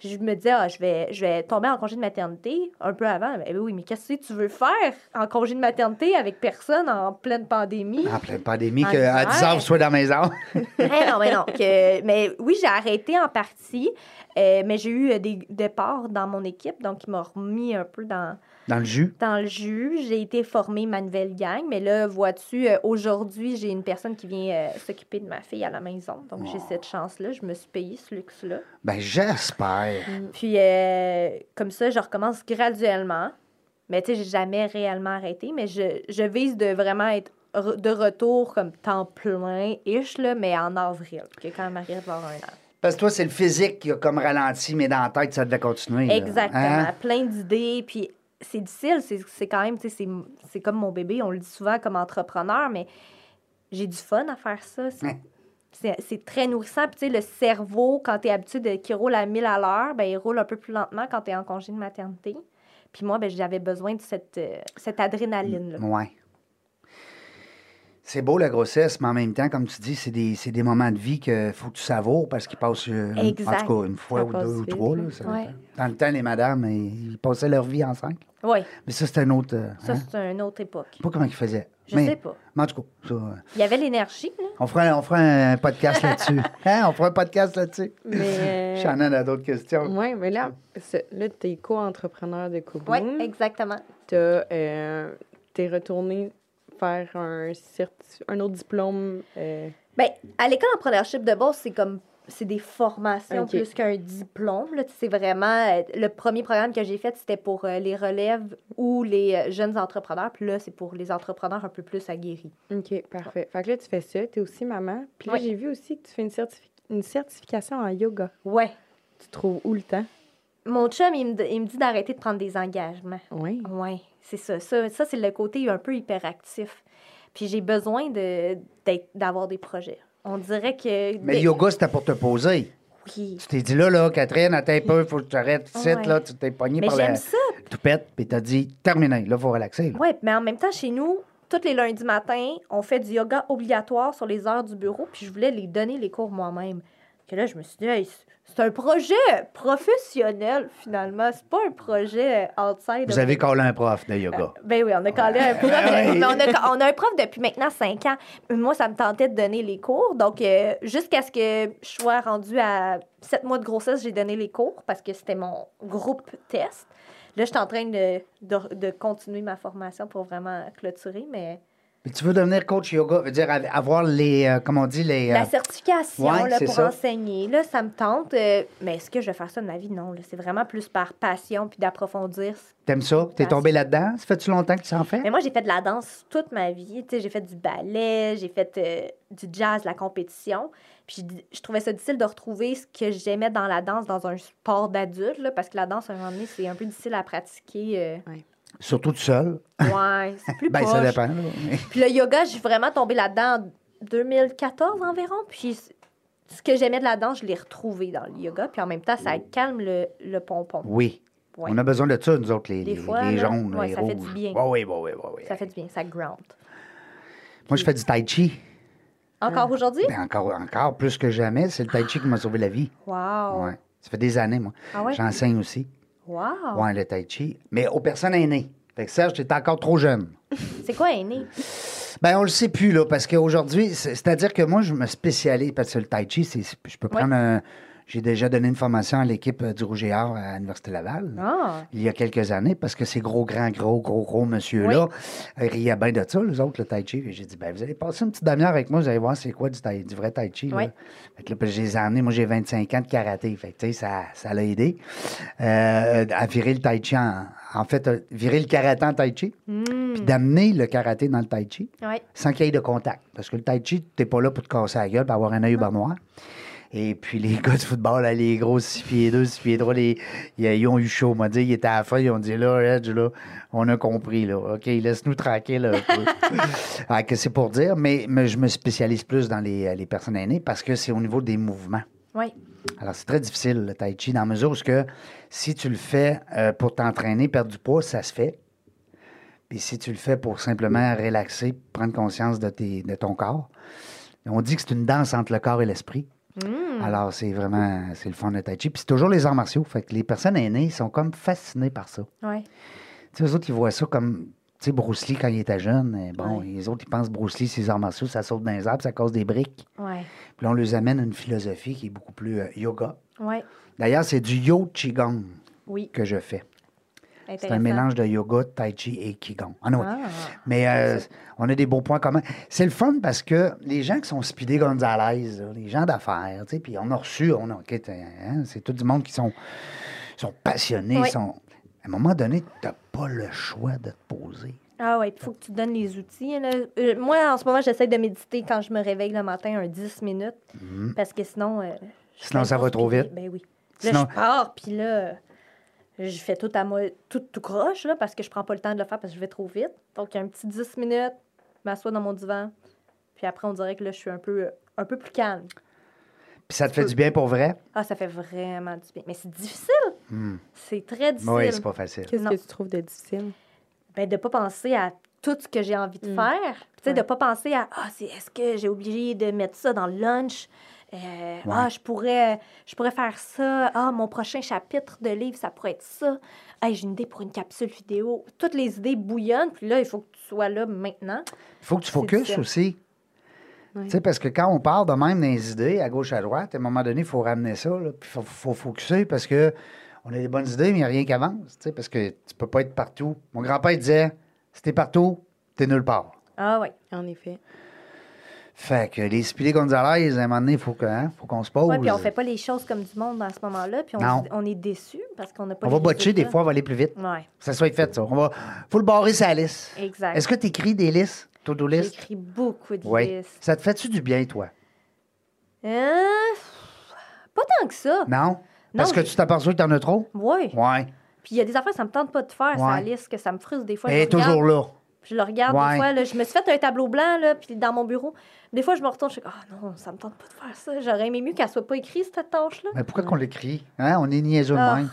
[SPEAKER 4] je me disais, ah, je, vais, je vais tomber en congé de maternité un peu avant. Mais oui, mais qu'est-ce que tu veux faire en congé de maternité avec personne en pleine pandémie?
[SPEAKER 2] En pleine pandémie,
[SPEAKER 4] En
[SPEAKER 2] que à
[SPEAKER 4] hiver.
[SPEAKER 2] 10 heures, je sois dans mes heures.
[SPEAKER 4] Eh non, mais non. que- mais oui, j'ai arrêté en partie, euh, mais j'ai eu euh, des départs dans mon équipe, donc ils m'ont remis un peu dans,
[SPEAKER 2] Dans le jus.
[SPEAKER 4] dans le jus. J'ai été formée ma nouvelle gang, mais là, vois-tu, euh, aujourd'hui, j'ai une personne qui vient euh, s'occuper de ma fille à la maison. Donc, j'ai cette chance-là. Je me suis payée ce luxe-là.
[SPEAKER 2] Ben,
[SPEAKER 4] Mm.
[SPEAKER 2] j'espère.
[SPEAKER 4] Puis, euh, comme ça, je recommence graduellement. Mais tu sais, j'ai jamais réellement arrêté. Mais je, je vise de vraiment être re- de retour comme temps plein-ish, là, mais en avril, que quand Marie va avoir un an.
[SPEAKER 2] Parce que toi, c'est le physique qui a comme ralenti, mais dans la tête, ça devait continuer. là.
[SPEAKER 4] Exactement.
[SPEAKER 2] Hein?
[SPEAKER 4] Plein d'idées. Puis c'est difficile. C'est c'est quand même, tu sais, c'est- c'est comme mon bébé. On le dit souvent comme entrepreneur, mais j'ai du fun à faire ça. C'est-
[SPEAKER 2] Ouais.
[SPEAKER 4] C'est c'est très nourrissant. Puis tu sais, le cerveau, quand tu es habitué de- qu'il roule à 1000 à l'heure, ben, il roule un peu plus lentement quand tu es en congé de maternité. Puis moi, ben, j'avais besoin de cette, euh, cette adrénaline-là.
[SPEAKER 2] Ouais. C'est beau la grossesse, mais en même temps, comme tu dis, c'est des, c'est des moments de vie qu'il faut que tu savoures parce qu'ils passent, euh, une-
[SPEAKER 4] Exact.
[SPEAKER 2] en tout cas, une fois
[SPEAKER 3] Ça
[SPEAKER 2] ou
[SPEAKER 3] passe
[SPEAKER 2] deux ou
[SPEAKER 3] vite,
[SPEAKER 2] trois.
[SPEAKER 3] là.
[SPEAKER 2] là, ça
[SPEAKER 4] Ouais.
[SPEAKER 2] dépend. Dans le temps, les madames, ils ils passaient leur vie ensemble.
[SPEAKER 4] Oui,
[SPEAKER 2] Mais ça, c'est un autre. euh,
[SPEAKER 4] ça,
[SPEAKER 2] hein?
[SPEAKER 4] c'est une autre époque.
[SPEAKER 2] Je sais pas comment ils faisaient.
[SPEAKER 4] Je sais pas.
[SPEAKER 2] mais en tout cas, ça, euh,
[SPEAKER 4] Il y avait l'énergie, là.
[SPEAKER 2] on, fera, on fera un podcast là-dessus. Hein, on fera un podcast là-dessus.
[SPEAKER 3] Mais. euh,
[SPEAKER 2] Shannon a d'autres questions.
[SPEAKER 4] Mm.
[SPEAKER 3] ouais, mais là, c'est- là t'es co-entrepreneur de
[SPEAKER 4] Oui,
[SPEAKER 3] Kouboum.
[SPEAKER 4] exactement.
[SPEAKER 3] T'as, euh, t'es retourné faire un, certi- un autre diplôme. euh,
[SPEAKER 4] Ben, à l'école entrepreneurship de base, c'est comme c'est des formations
[SPEAKER 3] Ok.
[SPEAKER 4] plus qu'un diplôme. là. Tu sais, C'est vraiment euh, le premier programme que j'ai fait, c'était pour euh, les relèves ou les euh, jeunes entrepreneurs. Puis là, c'est pour les entrepreneurs un peu plus aguerris.
[SPEAKER 3] OK, parfait. Fait que là, tu fais ça. T'es aussi maman. Puis là,
[SPEAKER 4] Ouais.
[SPEAKER 3] j'ai vu aussi que tu fais une, certifi- une certification en yoga.
[SPEAKER 4] Ouais.
[SPEAKER 3] Tu trouves où le temps?
[SPEAKER 4] Mon chum, il me, d- il me dit d'arrêter de prendre des engagements.
[SPEAKER 3] Oui.
[SPEAKER 4] Ouais, c'est ça. Ça, ça c'est le côté un peu hyperactif. Puis j'ai besoin de d'être- d'avoir des projets. On dirait que.
[SPEAKER 2] Mais le
[SPEAKER 4] dès-
[SPEAKER 2] yoga, c'était pour te poser.
[SPEAKER 4] Oui.
[SPEAKER 2] Tu t'es dit, là, là, Catherine, attends un peu, faut que tu arrêtes ici,
[SPEAKER 4] Ouais.
[SPEAKER 2] là, tu t'es pogné
[SPEAKER 4] Mais
[SPEAKER 2] par
[SPEAKER 4] j'aime
[SPEAKER 2] la
[SPEAKER 4] ça,
[SPEAKER 2] toupette, puis t'as dit, terminé, là, faut relaxer. là.
[SPEAKER 4] Oui, mais en même temps, chez nous, tous les lundis matins, on fait du yoga obligatoire sur les heures du bureau, puis je voulais les donner les cours moi-même. Que là, je me suis dit, Hey, c'est- c'est un projet professionnel, finalement. C'est pas un projet euh, outside.
[SPEAKER 2] Vous
[SPEAKER 4] of-
[SPEAKER 2] avez collé un prof de yoga.
[SPEAKER 4] Ben oui, on a collé un prof.
[SPEAKER 2] Ouais.
[SPEAKER 4] mais on, a, on a un prof depuis maintenant cinq ans. Moi, ça me tentait de donner les cours. Donc, euh, jusqu'à ce que je sois rendue à sept mois de grossesse, j'ai donné les cours parce que c'était mon groupe test. Là, je suis en train de, de, de continuer ma formation pour vraiment clôturer, mais
[SPEAKER 2] Mais tu veux devenir coach yoga, veut dire av- avoir les, euh, comment on dit, les... euh,
[SPEAKER 4] la certification
[SPEAKER 2] Ouais,
[SPEAKER 4] là,
[SPEAKER 2] c'est
[SPEAKER 4] pour
[SPEAKER 2] ça.
[SPEAKER 4] enseigner, là, ça me tente. euh, mais est-ce que je vais faire ça de ma vie? Non, là, c'est vraiment plus par passion puis d'approfondir
[SPEAKER 2] T'aimes ça? T'es tombé là-dedans? Ça fait-tu longtemps que tu en fais?
[SPEAKER 4] Mais moi, j'ai fait de la danse toute ma vie. Tu sais, j'ai fait du ballet, j'ai fait euh, du jazz, la compétition. Puis je- je trouvais ça difficile de retrouver ce que j'aimais dans la danse dans un sport d'adulte, là, parce que la danse, à un moment donné, c'est un peu difficile à pratiquer.
[SPEAKER 2] Surtout tout seul?
[SPEAKER 4] euh, Ouais, c'est plus
[SPEAKER 2] Ben, ça
[SPEAKER 4] poche.
[SPEAKER 2] dépend. là. Mais-
[SPEAKER 4] Puis le yoga, j'ai vraiment tombé là-dedans en 2014 environ. Puis c- ce que j'aimais de la danse, je l'ai retrouvé dans le yoga. Puis en même temps, ça calme le, le pompon.
[SPEAKER 2] Oui.
[SPEAKER 4] Ouais.
[SPEAKER 2] On a besoin de ça, nous autres, les,
[SPEAKER 4] Des
[SPEAKER 2] les-
[SPEAKER 4] fois,
[SPEAKER 2] les
[SPEAKER 4] là,
[SPEAKER 2] jaunes,
[SPEAKER 4] ouais,
[SPEAKER 2] les
[SPEAKER 4] ça
[SPEAKER 2] rouges.
[SPEAKER 4] fait du bien.
[SPEAKER 2] oui, oui, oui, oui, oui.
[SPEAKER 4] Ça fait du bien, ça ground.
[SPEAKER 2] Moi, je fais du tai chi.
[SPEAKER 4] Encore aujourd'hui?
[SPEAKER 2] Ben, encore, encore plus que jamais. C'est le tai chi qui m'a sauvé la vie.
[SPEAKER 4] Wow!
[SPEAKER 2] Ouais. Ça fait des années, moi.
[SPEAKER 4] Oh. Ah ouais?
[SPEAKER 2] J'enseigne aussi.
[SPEAKER 4] Wow!
[SPEAKER 2] Ouais, le tai chi. Mais aux personnes aînées. Fait que Serge, t'es encore trop jeune.
[SPEAKER 4] C'est quoi, aîné?
[SPEAKER 2] Ben, on le sait plus, là, parce qu'aujourd'hui, c'est- c'est-à-dire que moi, je me spécialise, parce que le tai chi, c'est, je peux prendre un- J'ai déjà donné une formation à l'équipe euh, du Rouge et Or à l'Université Laval.
[SPEAKER 4] Ah!
[SPEAKER 2] Il y a quelques années, parce que ces gros, grands, gros, gros, gros monsieur-là euh, riaient bien de ça, les autres, le tai chi. Puis J'ai dit, ben, vous allez passer une petite demi-heure avec moi, vous allez voir c'est quoi du, tai- du vrai tai chi. là.
[SPEAKER 4] Ouais.
[SPEAKER 2] Fait que là, puis je les ai emmenés. Moi, j'ai 25 ans de karaté. Fait que, tu sais, ça, ça l'a aidé euh, à virer le tai chi. En, en fait, euh, virer le karaté en tai chi, puis d'amener le karaté dans le tai chi
[SPEAKER 4] Ouais.
[SPEAKER 2] sans qu'il y ait de contact. Parce que le tai chi, t'es pas là pour te casser la gueule, pour avoir un œil au noir. Et puis les gars du football, là, les gros 6 pieds 2, 6 pieds 3, les, ils, ils ont eu chaud, on m'a dit, ils étaient à la fin, ils ont dit, là, Edge, là, on a compris, là, OK, laisse-nous tranquille. là, un peu. Ah, que c'est pour dire, mais, mais je me spécialise plus dans les, les personnes aînées parce que c'est au niveau des mouvements.
[SPEAKER 4] Oui.
[SPEAKER 2] Alors, c'est très difficile, le tai chi, dans la mesure où ce que si tu le fais euh, pour t'entraîner, perdre du poids, ça se fait. Puis si tu le fais pour simplement relaxer, prendre conscience de, tes, de ton corps, on dit que c'est une danse entre le corps et l'esprit. Alors, c'est vraiment, c'est le fond de tai chi. Puis c'est toujours les arts martiaux. Fait que les personnes aînées sont comme fascinées par ça.
[SPEAKER 4] Ouais.
[SPEAKER 2] Tu sais, eux autres, ils voient ça comme. Tu sais, Bruce Lee, quand il était jeune, eh, bon,
[SPEAKER 4] Ouais.
[SPEAKER 2] les autres, ils pensent Bruce Lee, ses arts martiaux, ça saute dans les arbres, ça cause des briques.
[SPEAKER 4] Ouais.
[SPEAKER 2] Puis là, on les amène à une philosophie qui est beaucoup plus euh, yoga.
[SPEAKER 4] Ouais.
[SPEAKER 2] D'ailleurs, c'est du yo qigong
[SPEAKER 4] Oui.
[SPEAKER 2] que je fais. C'est
[SPEAKER 4] Intéressant.
[SPEAKER 2] un mélange de yoga, tai chi et qigong. Ah, non, oui.
[SPEAKER 4] Ah.
[SPEAKER 2] Mais euh, on a des beaux points communs. C'est le fun parce que les gens qui sont speedés Gonzalez, là, les gens d'affaires, tu sais, puis on a reçu, on a enquête, hein, c'est tout du monde qui sont, sont passionnés,
[SPEAKER 4] Oui.
[SPEAKER 2] sont. À un moment donné, t'as pas le choix de te poser.
[SPEAKER 4] Ah ouais, il faut que tu donnes les outils. là. Euh, moi, en ce moment, j'essaie de méditer quand je me réveille le matin, un 10 minutes, parce que sinon... euh, je
[SPEAKER 2] Mhm. Sinon,
[SPEAKER 4] fais
[SPEAKER 2] ça
[SPEAKER 4] une
[SPEAKER 2] va
[SPEAKER 4] course,
[SPEAKER 2] trop
[SPEAKER 4] puis-
[SPEAKER 2] vite.
[SPEAKER 4] Ben oui.
[SPEAKER 2] Sinon-
[SPEAKER 4] Là, je pars, puis là, je fais tout à moi, tout, tout croche, là, parce que je prends pas le temps de le faire, parce que je vais trop vite. Donc, un petit 10 minutes, je m'assois dans mon divan, puis après, on dirait que là, je suis un peu, euh, un peu plus calme.
[SPEAKER 2] Puis ça te fait du bien pour vrai?
[SPEAKER 4] Ah, ça fait vraiment du bien. Mais c'est difficile.
[SPEAKER 2] Hmm.
[SPEAKER 4] C'est très difficile.
[SPEAKER 2] Oui, c'est pas facile.
[SPEAKER 3] Qu'est-ce
[SPEAKER 4] Non.
[SPEAKER 3] que tu trouves de difficile?
[SPEAKER 4] Ben, de ne pas penser à tout ce que j'ai envie
[SPEAKER 2] Mm.
[SPEAKER 4] de faire. Tu sais, de
[SPEAKER 3] Ouais.
[SPEAKER 4] pas penser à Ah, c'est est-ce que j'ai obligé de mettre ça dans le lunch? Euh, Ah, je pourrais, je pourrais faire ça. Ah, mon prochain chapitre de livre, ça pourrait être ça. Ah, j'ai une idée pour une capsule vidéo. Toutes les idées bouillonnent, puis là, il faut que tu sois là maintenant.
[SPEAKER 2] Il faut que tu
[SPEAKER 4] C'est
[SPEAKER 2] focuses
[SPEAKER 4] difficile.
[SPEAKER 2] aussi.
[SPEAKER 3] Ouais.
[SPEAKER 2] Tu sais, parce que quand on part de même des idées à gauche, à droite, à un moment donné, il faut ramener ça, là, puis il faut, faut focuser parce que on a des bonnes idées, mais il n'y a rien qui avance. Tu sais, parce que tu peux pas être partout. Mon grand-père disait si t'es partout, t'es nulle part.
[SPEAKER 4] Ah, oui.
[SPEAKER 3] En effet.
[SPEAKER 2] Fait que les Spilés Gonzalez, à un moment donné, il faut que, hein, faut qu'on se pose.
[SPEAKER 4] Ouais, puis on fait pas les choses comme du monde à ce moment-là, puis
[SPEAKER 2] Non.
[SPEAKER 4] on, on est déçu parce qu'on n'a pas
[SPEAKER 2] On
[SPEAKER 4] les
[SPEAKER 2] va botcher des
[SPEAKER 4] résultats.
[SPEAKER 2] fois, on va aller plus vite.
[SPEAKER 4] Ouais,
[SPEAKER 2] Ça soit fait, ça. On va... faut le barrer sa liste.
[SPEAKER 4] exact.
[SPEAKER 2] Est-ce que tu écris des listes, to-do list?
[SPEAKER 4] J'écris beaucoup de
[SPEAKER 2] Oui.
[SPEAKER 4] listes.
[SPEAKER 2] Ça te fait-tu du bien, toi?
[SPEAKER 4] Hein? Pas tant que ça.
[SPEAKER 2] Non? Parce que
[SPEAKER 4] j'ai-
[SPEAKER 2] tu t'aperçois que t'en as trop?
[SPEAKER 4] Oui.
[SPEAKER 2] Ouais.
[SPEAKER 4] Puis il y a des affaires, ça me tente pas de faire, ça
[SPEAKER 2] Ouais.
[SPEAKER 4] liste, que ça me frustre des fois.
[SPEAKER 2] Elle est
[SPEAKER 4] je le regarde,
[SPEAKER 2] toujours là.
[SPEAKER 4] Je le regarde
[SPEAKER 2] Ouais.
[SPEAKER 4] des fois. là, je me suis fait un tableau blanc, là, puis dans mon bureau. Des fois, je me retourne, je suis comme, ah non, ça me tente pas de faire ça. J'aurais aimé mieux qu'elle soit pas écrite, cette tâche-là.
[SPEAKER 2] Mais pourquoi qu'on l'écrit? Hein? On est niaiseux de
[SPEAKER 4] Ah.
[SPEAKER 2] même.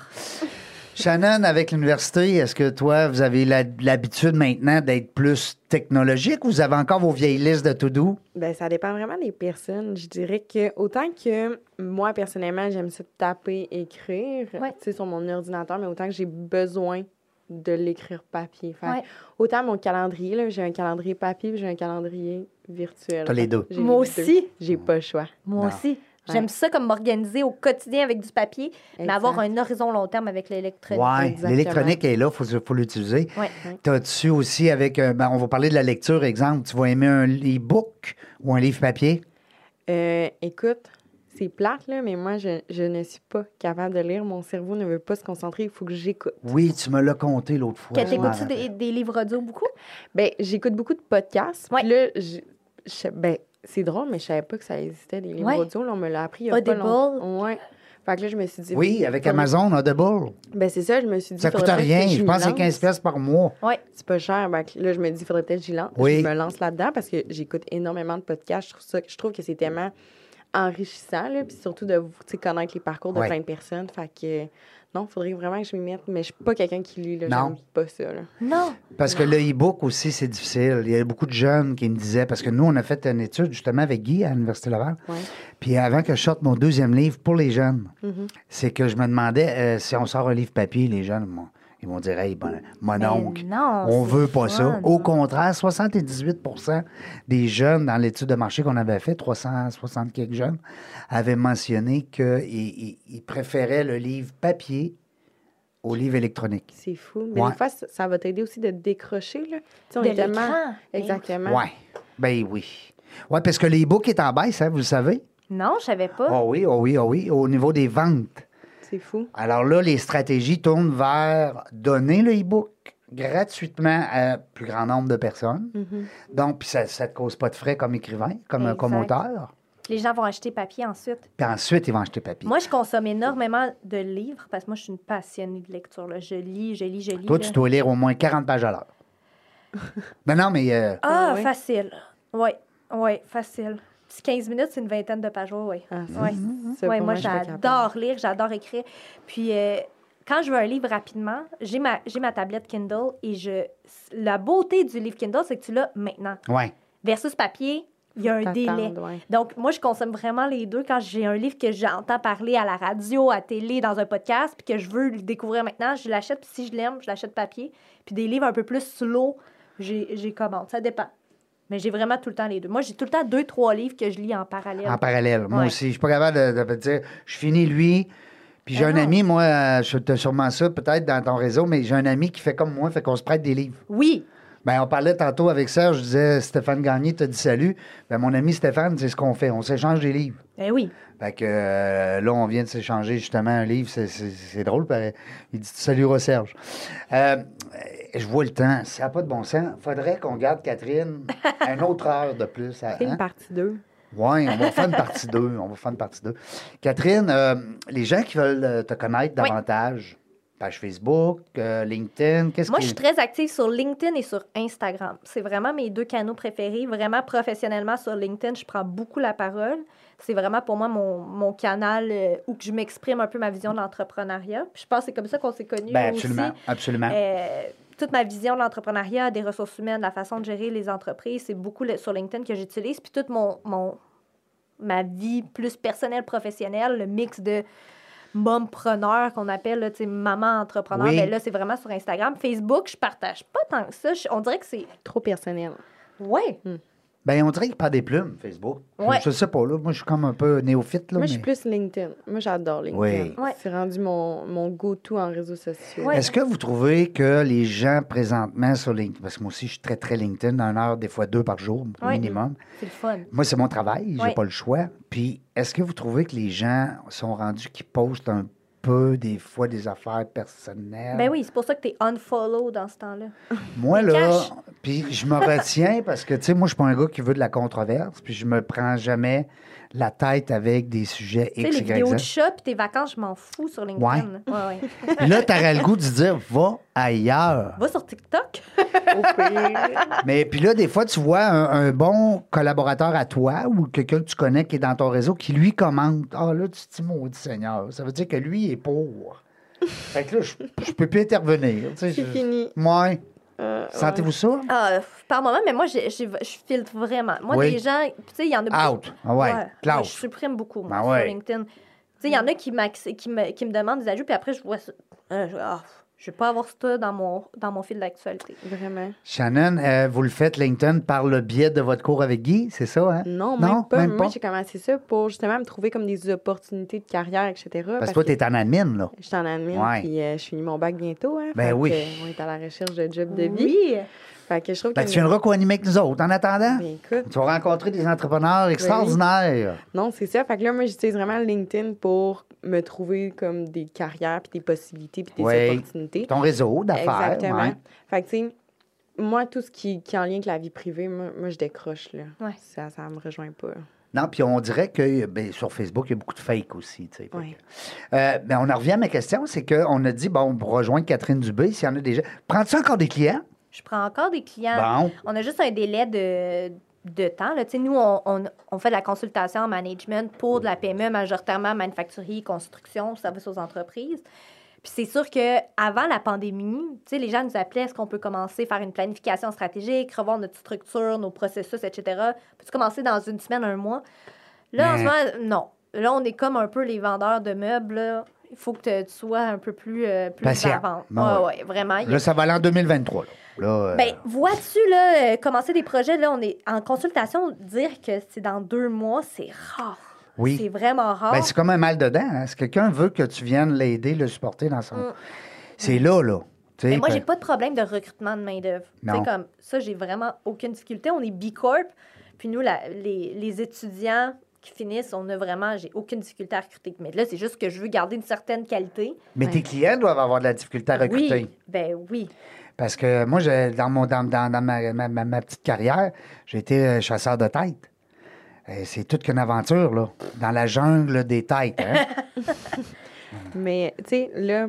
[SPEAKER 2] Shannon, avec l'université, est-ce que toi, vous avez la- l'habitude maintenant d'être plus technologique ou vous avez encore vos vieilles listes de to-do?
[SPEAKER 3] Ben, ça dépend vraiment des personnes. Je dirais que autant que moi, personnellement, j'aime ça taper, écrire,
[SPEAKER 4] Ouais.
[SPEAKER 3] tu sais, sur mon ordinateur, mais autant que j'ai besoin de l'écrire papier. Fait que
[SPEAKER 4] Ouais.
[SPEAKER 3] Autant mon calendrier, là, j'ai un calendrier papier puis j'ai un calendrier virtuel.
[SPEAKER 2] T'as les deux.
[SPEAKER 3] J'ai
[SPEAKER 4] Moi
[SPEAKER 3] les deux.
[SPEAKER 4] aussi.
[SPEAKER 3] J'ai pas le choix.
[SPEAKER 4] Moi
[SPEAKER 2] Non.
[SPEAKER 4] aussi. J'aime ça comme m'organiser au quotidien avec du papier, mais avoir
[SPEAKER 3] Exact.
[SPEAKER 4] un horizon long terme avec l'électronique.
[SPEAKER 2] Ouais,
[SPEAKER 3] exactement.
[SPEAKER 2] l'électronique est là, il faut, faut l'utiliser.
[SPEAKER 4] Ouais.
[SPEAKER 2] T'as-tu aussi avec. euh, ben, on va parler de la lecture, exemple. Tu vas aimer un e-book ou un livre papier?
[SPEAKER 3] Euh, écoute, c'est plate, là, mais moi, je, je ne suis pas capable de lire. Mon cerveau ne veut pas se concentrer. Il faut que j'écoute.
[SPEAKER 2] Oui, tu me l'as compté l'autre fois.
[SPEAKER 4] Kat,
[SPEAKER 2] je m'en
[SPEAKER 4] t'écoutes-tu des,
[SPEAKER 2] rappelle.
[SPEAKER 4] des livres audio beaucoup?
[SPEAKER 3] Ben, j'écoute beaucoup de podcasts. Puis là,
[SPEAKER 4] Ouais.
[SPEAKER 3] je, je- ben, c'est drôle, mais je savais pas que ça existait, des livres
[SPEAKER 4] Ouais.
[SPEAKER 3] audio. Là, on me l'a appris il y a
[SPEAKER 4] Audible.
[SPEAKER 3] pas longtemps. Ouais. Fait que là, je me suis dit...
[SPEAKER 2] Oui, avec
[SPEAKER 3] faudrait-
[SPEAKER 2] Amazon, Audible.
[SPEAKER 3] Ben, c'est ça, je me suis dit...
[SPEAKER 2] Ça coûte
[SPEAKER 3] faudrait peut-être
[SPEAKER 2] rien.
[SPEAKER 3] que
[SPEAKER 2] Je
[SPEAKER 3] me
[SPEAKER 2] pense que c'est
[SPEAKER 3] lance.
[SPEAKER 2] 15 pièces par mois.
[SPEAKER 3] C'est pas cher. Ben, que là, je me dis, faudrait peut-être que j'y lance-
[SPEAKER 2] Oui.
[SPEAKER 3] je me lance là-dedans parce que j'écoute énormément de podcasts. Je trouve, ça, je trouve que c'est tellement enrichissant, là, puis surtout de tu sais, connaître les parcours de
[SPEAKER 2] Ouais.
[SPEAKER 3] plein de personnes. Fait que euh, non, faudrait vraiment que je m'y mette, mais je suis pas quelqu'un qui lit. Là,
[SPEAKER 2] Non.
[SPEAKER 3] J'aime pas ça. Là.
[SPEAKER 4] Non.
[SPEAKER 2] Parce que le e-book aussi, c'est difficile. Il y a beaucoup de jeunes qui me disaient, parce que nous, on a fait une étude justement avec Guy à l'Université Laval.
[SPEAKER 3] Ouais.
[SPEAKER 2] Puis avant que je sorte mon deuxième livre pour les jeunes,
[SPEAKER 3] Mhm.
[SPEAKER 2] c'est que je me demandais euh, si on sort un livre papier, les jeunes, vont- ils vont dire, hey, bon, mon
[SPEAKER 4] Mais
[SPEAKER 2] oncle,
[SPEAKER 4] Ben non,
[SPEAKER 2] on
[SPEAKER 4] c'est
[SPEAKER 2] veut pas
[SPEAKER 4] fun.
[SPEAKER 2] ça. Au contraire, 78 des jeunes dans l'étude de marché qu'on avait fait, 360 quelques jeunes, avaient mentionné qu'ils ils- ils préféraient le livre papier au livre électronique.
[SPEAKER 3] C'est fou. Mais
[SPEAKER 2] Ouais.
[SPEAKER 3] des fois, ça, ça va t'aider aussi de décrocher. Là. Tu sais, on
[SPEAKER 4] De
[SPEAKER 3] est tellement-
[SPEAKER 4] l'écran.
[SPEAKER 3] Exactement.
[SPEAKER 2] Oui. Ben oui. Oui, parce que l'e-book est en baisse, hein, vous le savez.
[SPEAKER 4] Non, je savais pas.
[SPEAKER 2] Oh oui, oh oui, oh oui, au niveau des ventes.
[SPEAKER 3] C'est fou.
[SPEAKER 2] Alors là, les stratégies tournent vers donner le e-book gratuitement à plus grand nombre de personnes.
[SPEAKER 3] Mhm.
[SPEAKER 2] Donc, puis ça ne te cause pas de frais comme écrivain, comme, comme
[SPEAKER 4] Mm-hmm. Exact.
[SPEAKER 2] auteur.
[SPEAKER 4] Les gens vont acheter papier ensuite.
[SPEAKER 2] Puis ensuite, ils vont acheter papier.
[SPEAKER 4] Moi, je consomme énormément de livres parce que moi, je suis une passionnée de lecture. là. Je lis, je lis, je lis.
[SPEAKER 2] Toi,
[SPEAKER 4] là.
[SPEAKER 2] tu dois lire au moins 40 pages à l'heure. ben non, mais euh,
[SPEAKER 4] Ah,
[SPEAKER 3] Ah ouais.
[SPEAKER 4] facile. Oui, oui, facile. Si 15 minutes, c'est une vingtaine de pages. Oui,
[SPEAKER 3] Ah, ça,
[SPEAKER 4] Ouais.
[SPEAKER 3] ça, pour
[SPEAKER 4] moi,
[SPEAKER 3] je suis pas capable.
[SPEAKER 4] j'adore lire, j'adore écrire. Puis, euh, quand je veux un livre rapidement, j'ai ma, j'ai ma tablette Kindle et je. La beauté du livre Kindle, c'est que tu l'as maintenant.
[SPEAKER 2] ouais.
[SPEAKER 4] Versus papier, il y a un
[SPEAKER 3] T'attends,
[SPEAKER 4] délai.
[SPEAKER 3] ouais.
[SPEAKER 4] Donc, moi, je consomme vraiment les deux quand j'ai un livre que j'entends parler à la radio, à télé, dans un podcast, puis que je veux le découvrir maintenant, je l'achète. Puis si je l'aime, je l'achète papier. Puis des livres un peu plus slow, j'ai j'ai commande. Ça dépend. Mais j'ai vraiment tout le temps les deux. Moi, j'ai tout le temps deux, trois livres que je lis en parallèle.
[SPEAKER 2] En parallèle. Moi
[SPEAKER 4] Ouais.
[SPEAKER 2] aussi, je suis pas capable de, de dire, je finis lui. Puis j'ai
[SPEAKER 4] Ben
[SPEAKER 2] un
[SPEAKER 4] non.
[SPEAKER 2] ami, moi, euh, je t'as sûrement ça peut-être dans ton réseau, mais j'ai un ami qui fait comme moi, fait qu'on se prête des livres.
[SPEAKER 4] Oui,
[SPEAKER 2] Ben, on parlait tantôt avec Serge, je disais Stéphane Gagné t'a dit salut. Ben, mon ami Stéphane, c'est ce qu'on fait, on s'échange des livres.
[SPEAKER 4] ben oui.
[SPEAKER 2] Fait que euh, là, on vient de s'échanger justement un livre, c'est- c'est c'est drôle. pareil. Il dit Salut, au Serge. Euh, euh, je vois le temps, ça n'a pas de bon sens. Faudrait qu'on garde Catherine une autre heure de plus. à-
[SPEAKER 3] C'est une
[SPEAKER 2] hein?
[SPEAKER 3] partie 2.
[SPEAKER 2] Oui, on va faire une partie 2. On va faire une partie 2. Catherine, euh, les gens qui veulent euh, te connaître
[SPEAKER 4] Oui.
[SPEAKER 2] davantage, page Facebook, euh, LinkedIn, qu'est-ce
[SPEAKER 4] Moi,
[SPEAKER 2] qui-
[SPEAKER 4] je suis très active sur LinkedIn et sur Instagram. C'est vraiment mes deux canaux préférés. Vraiment, professionnellement, sur LinkedIn, je prends beaucoup la parole. C'est vraiment pour moi mon, mon canal euh, où que je m'exprime un peu ma vision de l'entrepreneuriat. Puis Je pense que c'est comme ça qu'on s'est connus
[SPEAKER 2] Ben,
[SPEAKER 4] aussi.
[SPEAKER 2] absolument, absolument.
[SPEAKER 4] Euh, toute ma vision de l'entrepreneuriat, des ressources humaines, la façon de gérer les entreprises, c'est beaucoup le- sur LinkedIn que j'utilise. Puis toute mon, mon- ma vie plus personnelle, professionnelle, le mix de mompreneur qu'on appelle, là, tu sais, maman entrepreneur,
[SPEAKER 2] Oui.
[SPEAKER 4] ben là, c'est vraiment sur Instagram. Facebook, je partage pas tant que ça. Je- on dirait que c'est...
[SPEAKER 3] Trop personnel.
[SPEAKER 4] Ouais.
[SPEAKER 2] Ben, on dirait qu'il parle des plumes, Facebook.
[SPEAKER 4] Ouais.
[SPEAKER 2] Je sais pas, là. Moi, je suis comme un peu néophyte, là.
[SPEAKER 3] Moi, je suis
[SPEAKER 2] mais-
[SPEAKER 3] plus LinkedIn. Moi, j'adore LinkedIn.
[SPEAKER 4] Oui. Ouais.
[SPEAKER 3] C'est rendu mon, mon go-to en réseaux sociaux.
[SPEAKER 4] Ouais.
[SPEAKER 2] Est-ce que vous trouvez que les gens présentement sur LinkedIn, parce que moi aussi, je suis très, très LinkedIn, une heure, des fois deux par jour,
[SPEAKER 4] Ouais.
[SPEAKER 2] minimum. Euh,
[SPEAKER 4] C'est le fun.
[SPEAKER 2] Moi, c'est mon travail, j'ai
[SPEAKER 4] Ouais.
[SPEAKER 2] pas le choix. Puis, est-ce que vous trouvez que les gens sont rendus qui postent un peu, des fois, des affaires personnelles?
[SPEAKER 4] Ben oui, c'est pour ça que t'es unfollow dans ce temps-là.
[SPEAKER 2] Moi,
[SPEAKER 4] Mais
[SPEAKER 2] là,
[SPEAKER 4] cache.
[SPEAKER 2] puis je me retiens parce que, tu sais, moi, je suis pas un gars qui veut de la controverse, puis je me prends jamais la tête avec des sujets
[SPEAKER 4] Tu sais,
[SPEAKER 2] X,
[SPEAKER 4] les
[SPEAKER 2] Y,
[SPEAKER 4] vidéos de
[SPEAKER 2] Z.
[SPEAKER 4] chat puis tes vacances, je m'en fous sur LinkedIn. Ouais. ouais,
[SPEAKER 2] Puis Là, t'aurais le goût de dire, va ailleurs.
[SPEAKER 4] Va sur TikTok.
[SPEAKER 3] Au pire.
[SPEAKER 2] Mais puis là, des fois, tu vois un, un bon collaborateur à toi ou quelqu'un que tu connais qui est dans ton réseau qui lui commente. Ah là, tu te dis, maudit Seigneur. Ça veut dire que lui est pour. Fait que là, je, je peux plus intervenir. tu sais,
[SPEAKER 3] C'est
[SPEAKER 2] je-
[SPEAKER 3] fini.
[SPEAKER 2] Ouais.
[SPEAKER 3] Euh, ouais.
[SPEAKER 2] Sentez-vous ça?
[SPEAKER 4] Ah, f- par moment, mais moi, j'ai- j'ai- je filtre vraiment. Moi,
[SPEAKER 2] Oui.
[SPEAKER 4] des gens, tu sais, il y en a beaucoup.
[SPEAKER 2] Out. Ah ouais.
[SPEAKER 4] moi,
[SPEAKER 2] Claude.
[SPEAKER 4] je supprime beaucoup moi,
[SPEAKER 2] Ben ouais.
[SPEAKER 4] sur LinkedIn. Tu sais, il y en a qui, m'acc- qui, me, qui me demandent des ajouts, puis après, je vois ça. Euh, je, ah, je vais pas avoir ça dans mon, dans mon fil d'actualité.
[SPEAKER 3] Vraiment.
[SPEAKER 2] Shannon, euh, vous le faites, LinkedIn, par le biais de votre cours avec Guy, c'est ça, hein?
[SPEAKER 4] Mm,
[SPEAKER 3] Non, même
[SPEAKER 2] Non,
[SPEAKER 3] pas.
[SPEAKER 2] même
[SPEAKER 3] Moi,
[SPEAKER 2] pas.
[SPEAKER 3] j'ai commencé ça pour justement me trouver comme des opportunités de carrière, etc.
[SPEAKER 2] Parce que toi, t'es en admin, là.
[SPEAKER 3] Je suis en admin,
[SPEAKER 2] Ouais.
[SPEAKER 3] puis euh, je finis mon bac bientôt. Hein,
[SPEAKER 2] Ben
[SPEAKER 3] Fait
[SPEAKER 2] oui.
[SPEAKER 3] que, on est à la recherche de job de vie.
[SPEAKER 4] Oui.
[SPEAKER 3] Fait que je trouve
[SPEAKER 2] Ben,
[SPEAKER 3] que...
[SPEAKER 2] tu viendras co-animer avec nous autres en attendant.
[SPEAKER 3] Ben, écoute,
[SPEAKER 2] Tu vas rencontrer des entrepreneurs extraordinaires.
[SPEAKER 3] non, c'est ça. Fait que là, moi, j'utilise vraiment LinkedIn pour me trouver comme des carrières, puis des possibilités, puis des
[SPEAKER 2] Oui.
[SPEAKER 3] opportunités.
[SPEAKER 2] Ton réseau d'affaires.
[SPEAKER 3] Exactement.
[SPEAKER 2] ouais.
[SPEAKER 3] Fait que, tu sais, moi, tout ce qui, qui est en lien avec la vie privée, moi, moi, je décroche, là.
[SPEAKER 4] Ouais.
[SPEAKER 3] Ça, ça me rejoint pas.
[SPEAKER 2] Non, puis on dirait que ben, sur Facebook, il y a beaucoup de fake aussi. tu sais. Fait
[SPEAKER 3] Ouais.
[SPEAKER 2] que, euh, ben, on en revient à ma question, c'est qu'on a dit, bon, pour rejoindre Catherine Dubé, s'il y en a déjà. Prends-tu encore des clients?
[SPEAKER 4] Je prends encore des clients.
[SPEAKER 2] Bon.
[SPEAKER 4] On a juste un délai de, de temps. Là. Tu sais, Nous, on, on- on fait de la consultation en management pour de la PME, majoritairement manufacturier, construction, services aux entreprises. Puis c'est sûr que avant la pandémie, tu sais, les gens nous appelaient est-ce qu'on peut commencer à faire une planification stratégique, revoir notre structure, nos processus, etc. Peux-tu commencer dans une semaine, un mois? Là, en ce moment, non. Là, on est comme un peu les vendeurs de meubles. là. Il faut que tu sois un peu plus, euh, plus
[SPEAKER 2] Patient.
[SPEAKER 4] avant.
[SPEAKER 2] Ben
[SPEAKER 4] Ouais,
[SPEAKER 2] ouais.
[SPEAKER 4] ouais, vraiment. Il y a
[SPEAKER 2] Là, ça va aller en 2023. Là. Là, euh,
[SPEAKER 4] ben, vois-tu, là, euh, commencer des projets, là, on est en consultation, dire que c'est dans deux mois, c'est rare.
[SPEAKER 2] Oui.
[SPEAKER 4] C'est vraiment rare.
[SPEAKER 2] Ben, c'est comme un mal dedans. Hein? Si quelqu'un veut que tu viennes l'aider, le supporter dans son.
[SPEAKER 4] Mm.
[SPEAKER 2] C'est là, là. Tu sais, ben,
[SPEAKER 4] Mais moi,
[SPEAKER 2] pe-
[SPEAKER 4] j'ai pas de problème de recrutement de main-d'œuvre. Tu
[SPEAKER 2] Non.
[SPEAKER 4] sais, comme ça, j'ai vraiment aucune difficulté. On est B Corp, puis nous, la- les, les étudiants qui finissent, on a vraiment, j'ai aucune difficulté à recruter. Mais là, c'est juste que je veux garder une certaine qualité.
[SPEAKER 2] Mais tes clients doivent avoir de la difficulté à recruter.
[SPEAKER 4] Oui. Ben oui.
[SPEAKER 2] Parce que moi, j'ai- dans, mon, dans, dans- dans ma, ma- ma- ma petite carrière, j'ai été euh, chasseur de têtes. Et C'est toute qu'une aventure, là, dans la jungle des têtes. hein.
[SPEAKER 3] Mais, tu sais, là,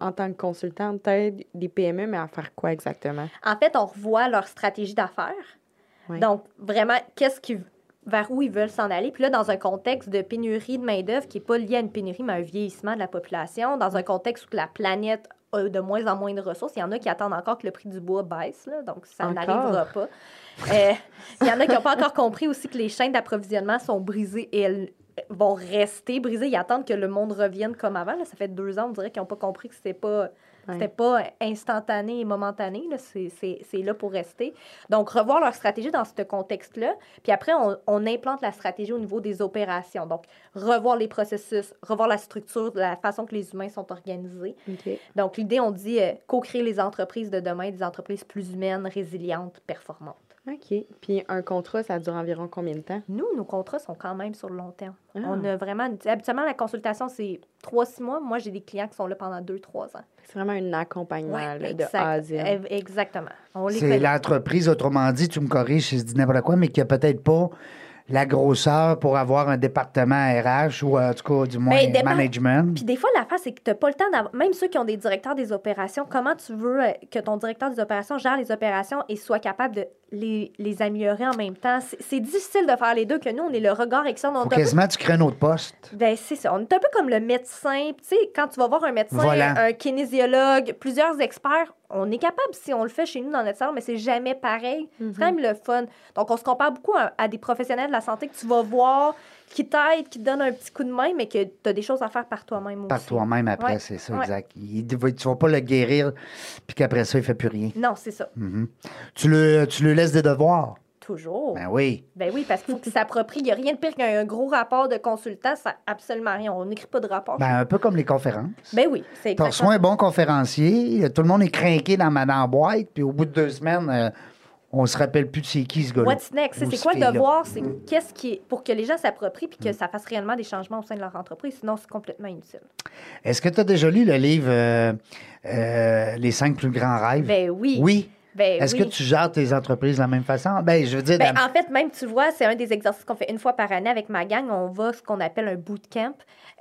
[SPEAKER 3] en tant que consultante, t'aides des PME, mais à faire quoi exactement?
[SPEAKER 4] En fait, on revoit leur stratégie d'affaires.
[SPEAKER 3] Oui.
[SPEAKER 4] Donc, vraiment, qu'est-ce qui, vers où ils veulent s'en aller. Puis là, dans un contexte de pénurie de main-d'œuvre qui n'est pas lié à une pénurie, mais à un vieillissement de la population, dans un contexte où la planète a de moins en moins de ressources, il y en a qui attendent encore que le prix du bois baisse, là, donc ça
[SPEAKER 3] Encore?
[SPEAKER 4] n'arrivera pas. Euh, il y en a qui n'ont pas encore compris aussi que les chaînes d'approvisionnement sont brisées et elles euh, vont rester brisées. Ils attendent que le monde revienne comme avant. là. Ça fait deux ans, on dirait qu'ils n'ont pas compris que c'était pas
[SPEAKER 3] Ouais.
[SPEAKER 4] c'était pas instantané et momentané. là. C'est- C'est c'est là pour rester. Donc, revoir leur stratégie dans ce contexte-là. Puis après, on, on implante la stratégie au niveau des opérations. Donc, revoir les processus, revoir la structure, la façon que les humains sont organisés.
[SPEAKER 3] OK.
[SPEAKER 4] Donc, l'idée, on dit euh, co-créer les entreprises de demain, des entreprises plus humaines, résilientes, performantes.
[SPEAKER 3] OK. Puis un contrat, ça dure environ combien de temps?
[SPEAKER 4] Nous, nos contrats sont quand même sur le long terme.
[SPEAKER 3] Ah.
[SPEAKER 4] On a vraiment... Habituellement, la consultation, c'est 3-6 mois. Moi, j'ai des clients qui sont là pendant 2-3 ans.
[SPEAKER 3] C'est vraiment un accompagnement
[SPEAKER 4] Ouais,
[SPEAKER 3] là, de
[SPEAKER 4] exact. Euh,
[SPEAKER 3] A à Z.
[SPEAKER 4] Ev- Exactement. On les
[SPEAKER 2] C'est
[SPEAKER 4] connaît.
[SPEAKER 2] l'entreprise, autrement dit, tu me corriges si je dis n'importe quoi, mais qui a peut-être pas la grosseur pour avoir un département RH ou en tout cas, du moins,
[SPEAKER 4] Ben, dépend-
[SPEAKER 2] management.
[SPEAKER 4] Puis des fois, l'affaire, c'est que tu n'as pas le temps d'avoir. Même ceux qui ont des directeurs des opérations, comment tu veux euh, que ton directeur des opérations gère les opérations et soit capable de les, les améliorer en même temps? C'est- C'est difficile de faire les deux, que nous, on est le regard externe. On
[SPEAKER 2] Faut
[SPEAKER 4] est un peu-
[SPEAKER 2] quasiment tu crées un autre poste.
[SPEAKER 4] Ben, c'est ça. On est un peu comme le médecin. Puis, Tu sais, quand tu vas voir un médecin,
[SPEAKER 2] Voilà.
[SPEAKER 4] un kinésiologue, plusieurs experts, on est capable, si on le fait chez nous dans notre salon, mais c'est jamais pareil.
[SPEAKER 3] Mhm. Mm-hmm.
[SPEAKER 4] C'est quand même le fun. Donc, on se compare beaucoup à, à des professionnels de la santé que tu vas voir, qui t'aident, qui te donnent un petit coup de main, mais que tu as des choses à faire par toi-même
[SPEAKER 2] Par
[SPEAKER 4] aussi.
[SPEAKER 2] toi-même après,
[SPEAKER 4] Ouais,
[SPEAKER 2] c'est ça,
[SPEAKER 4] ouais.
[SPEAKER 2] exact. Il- tu vas pas le guérir, puis qu'après ça, il fait plus rien.
[SPEAKER 4] Non, c'est ça.
[SPEAKER 2] Mhm. tu, le, tu le laisses des devoirs.
[SPEAKER 4] Toujours.
[SPEAKER 2] Ben
[SPEAKER 4] Ben,
[SPEAKER 2] oui.
[SPEAKER 4] oui, parce qu'il faut qu'il s'approprie. Il n'y a rien de pire qu'un gros rapport de consultant. Ça absolument rien. On n'écrit pas de rapport. Ben,
[SPEAKER 2] Ben, un peu comme les conférences.
[SPEAKER 4] oui, c'est
[SPEAKER 2] Tu
[SPEAKER 4] Ben, exactement-
[SPEAKER 2] reçois un bon conférencier, tout le monde est craqué dans ma dans la boîte, puis au bout de deux semaines, euh, on se rappelle plus de c'est qui ce gars-là.
[SPEAKER 4] What's next?
[SPEAKER 2] Ou
[SPEAKER 4] C'est
[SPEAKER 2] ce
[SPEAKER 4] quoi le
[SPEAKER 2] fille-là.
[SPEAKER 4] devoir? C'est
[SPEAKER 2] Mm.
[SPEAKER 4] qu'est-ce qui est- pour que les gens s'approprient puis que ça fasse réellement des changements au sein de leur entreprise. Sinon, c'est complètement inutile.
[SPEAKER 2] Est-ce que tu as déjà lu le livre euh, euh, Les cinq plus grands rêves?
[SPEAKER 4] Ben oui.
[SPEAKER 2] oui.
[SPEAKER 4] Ben
[SPEAKER 2] Est-ce
[SPEAKER 4] oui.
[SPEAKER 2] que tu gères tes entreprises de la même façon? Ben, je veux dire,
[SPEAKER 4] Ben,
[SPEAKER 2] dans-
[SPEAKER 4] en fait, même, tu vois, c'est un des exercices qu'on fait une fois par année avec ma gang. On va ce qu'on appelle un bootcamp.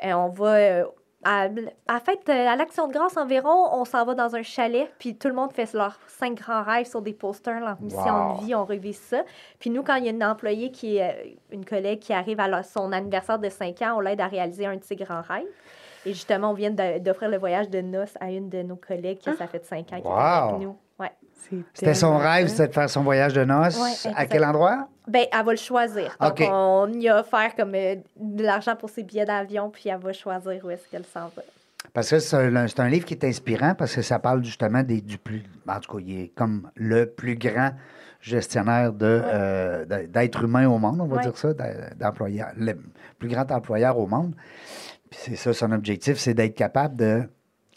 [SPEAKER 4] Euh, on va euh, à, à fête, euh, à l'Action de grâce environ, on s'en va dans un chalet, puis tout le monde fait leurs cinq grands rêves sur des posters, leur mission
[SPEAKER 2] Wow.
[SPEAKER 4] de vie, on revise ça. Puis nous, quand il y a une employée qui est euh, une collègue qui arrive à leur- son anniversaire de 5 ans, on l'aide à réaliser un de ses grands rêves. Et justement, on vient d'a- d'offrir le voyage de noces à une de nos collègues qui, ça fait cinq ans qu'elle est
[SPEAKER 2] Ah. Wow.
[SPEAKER 4] avec nous. Ouais.
[SPEAKER 2] C'était son
[SPEAKER 3] tellement
[SPEAKER 2] rêve,
[SPEAKER 3] fin.
[SPEAKER 2] c'était de faire son voyage de
[SPEAKER 4] hein. Ouais,
[SPEAKER 2] noces. à
[SPEAKER 4] exact.
[SPEAKER 2] quel endroit?
[SPEAKER 4] Ben, elle va le choisir. Donc,
[SPEAKER 2] OK.
[SPEAKER 4] on y a offert comme euh, de l'argent pour ses billets d'avion, puis elle va choisir où est-ce qu'elle s'en va.
[SPEAKER 2] Parce que c'est un, c'est un livre qui est inspirant parce que ça parle justement des, du plus. En tout cas, il est comme le plus grand gestionnaire de, euh, de- d'êtres humains au monde, on va
[SPEAKER 4] Ouais.
[SPEAKER 2] dire ça, d'a- d'employeur, le plus grand employeur au monde. Puis c'est ça, son objectif, c'est d'être capable de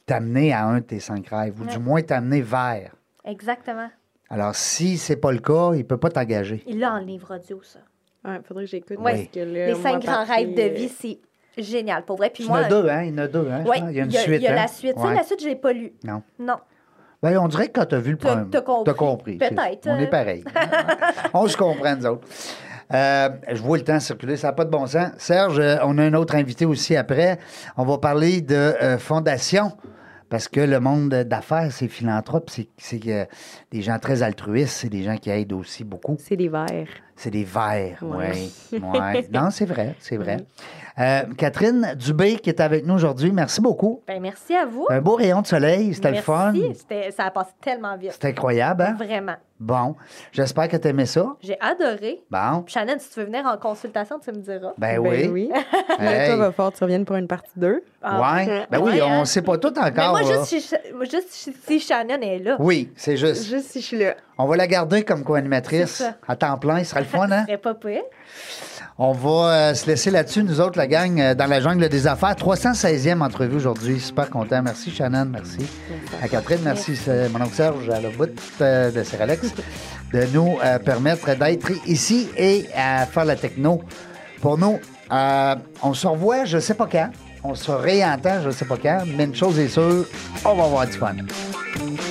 [SPEAKER 2] t'amener à un de tes cinq rêves, ou du
[SPEAKER 4] Ouais.
[SPEAKER 2] moins t'amener vers.
[SPEAKER 4] Exactement.
[SPEAKER 2] Alors, si c'est pas le cas, il peut pas t'engager.
[SPEAKER 4] Il l'a en livre audio, ça.
[SPEAKER 3] Ouais, faudrait que j'écoute.
[SPEAKER 2] Ouais.
[SPEAKER 3] parce que là,
[SPEAKER 4] Les
[SPEAKER 3] moi,
[SPEAKER 4] cinq grands
[SPEAKER 3] parti,
[SPEAKER 4] rêves de
[SPEAKER 3] euh,
[SPEAKER 4] vie, c'est génial. Pour vrai, puis
[SPEAKER 2] Il y en
[SPEAKER 4] moi...
[SPEAKER 2] a deux, hein? Il y en a deux, hein? je
[SPEAKER 4] Ouais,
[SPEAKER 2] pense.
[SPEAKER 4] il
[SPEAKER 2] il y a une suite. hein?
[SPEAKER 4] la suite. Ça,
[SPEAKER 2] Ouais.
[SPEAKER 4] la suite, je l'ai pas lu.
[SPEAKER 2] Non.
[SPEAKER 4] Non.
[SPEAKER 2] Ben, on dirait que quand tu as vu le
[SPEAKER 4] T'as-
[SPEAKER 2] problème,
[SPEAKER 4] t'as compris.
[SPEAKER 2] c'est-
[SPEAKER 4] Peut-être,
[SPEAKER 2] On
[SPEAKER 4] euh.
[SPEAKER 2] est pareil. on se comprend, nous autres. Euh, je vois le temps circuler, ça n'a pas de bon sens. Serge, euh, on a un autre invité aussi après. On va parler de euh, fondation. Parce que le monde d'affaires, c'est philanthrope, c'est- c'est euh, des gens très altruistes, c'est des gens qui aident aussi beaucoup.
[SPEAKER 3] C'est des verres.
[SPEAKER 2] C'est des verts, oui.
[SPEAKER 3] Ouais.
[SPEAKER 2] Ouais. Non, c'est vrai, c'est vrai. Euh, Catherine Dubé qui est avec nous aujourd'hui, merci beaucoup.
[SPEAKER 4] Ben, merci à vous.
[SPEAKER 2] Un beau rayon de soleil, c'était le
[SPEAKER 4] Merci.
[SPEAKER 2] fun.
[SPEAKER 4] C'était- Ça a passé tellement vite.
[SPEAKER 2] C'était incroyable, hein?
[SPEAKER 4] Vraiment.
[SPEAKER 2] Bon, j'espère que tu aimais ça.
[SPEAKER 4] J'ai adoré.
[SPEAKER 2] Bon,
[SPEAKER 4] Puis, Shannon, si tu veux venir en consultation, tu me diras.
[SPEAKER 2] ben,
[SPEAKER 3] Ben
[SPEAKER 2] oui.
[SPEAKER 3] oui.
[SPEAKER 2] Hey.
[SPEAKER 3] Là, toi, va fort, tu reviennes pour une partie 2.
[SPEAKER 4] Ah.
[SPEAKER 2] Ouais. Ben oui,
[SPEAKER 4] Ouais,
[SPEAKER 2] on
[SPEAKER 4] hein.
[SPEAKER 2] sait pas tout encore.
[SPEAKER 4] Mais moi,
[SPEAKER 2] là.
[SPEAKER 4] juste si- moi, juste si si Shannon est là,
[SPEAKER 2] Oui, c'est juste.
[SPEAKER 3] Juste si je suis là.
[SPEAKER 2] On va la garder comme co-animatrice
[SPEAKER 4] C'est ça.
[SPEAKER 2] à temps plein, ce sera le fun, hein?
[SPEAKER 4] je serais pas pire.
[SPEAKER 2] On va euh, se laisser là-dessus, nous autres, la gang, euh, dans la jungle des affaires. 316e entrevue aujourd'hui. Super content. Merci, Shannon. Merci. À Catherine, merci, c'est mon oncle Serge, à la bout euh, de Sir Alex, de nous euh, permettre d'être ici et à faire la techno pour nous. Euh, on se revoit, je sais pas quand. On se réentend, je sais pas quand. Mais une chose est sûre, on va avoir du fun.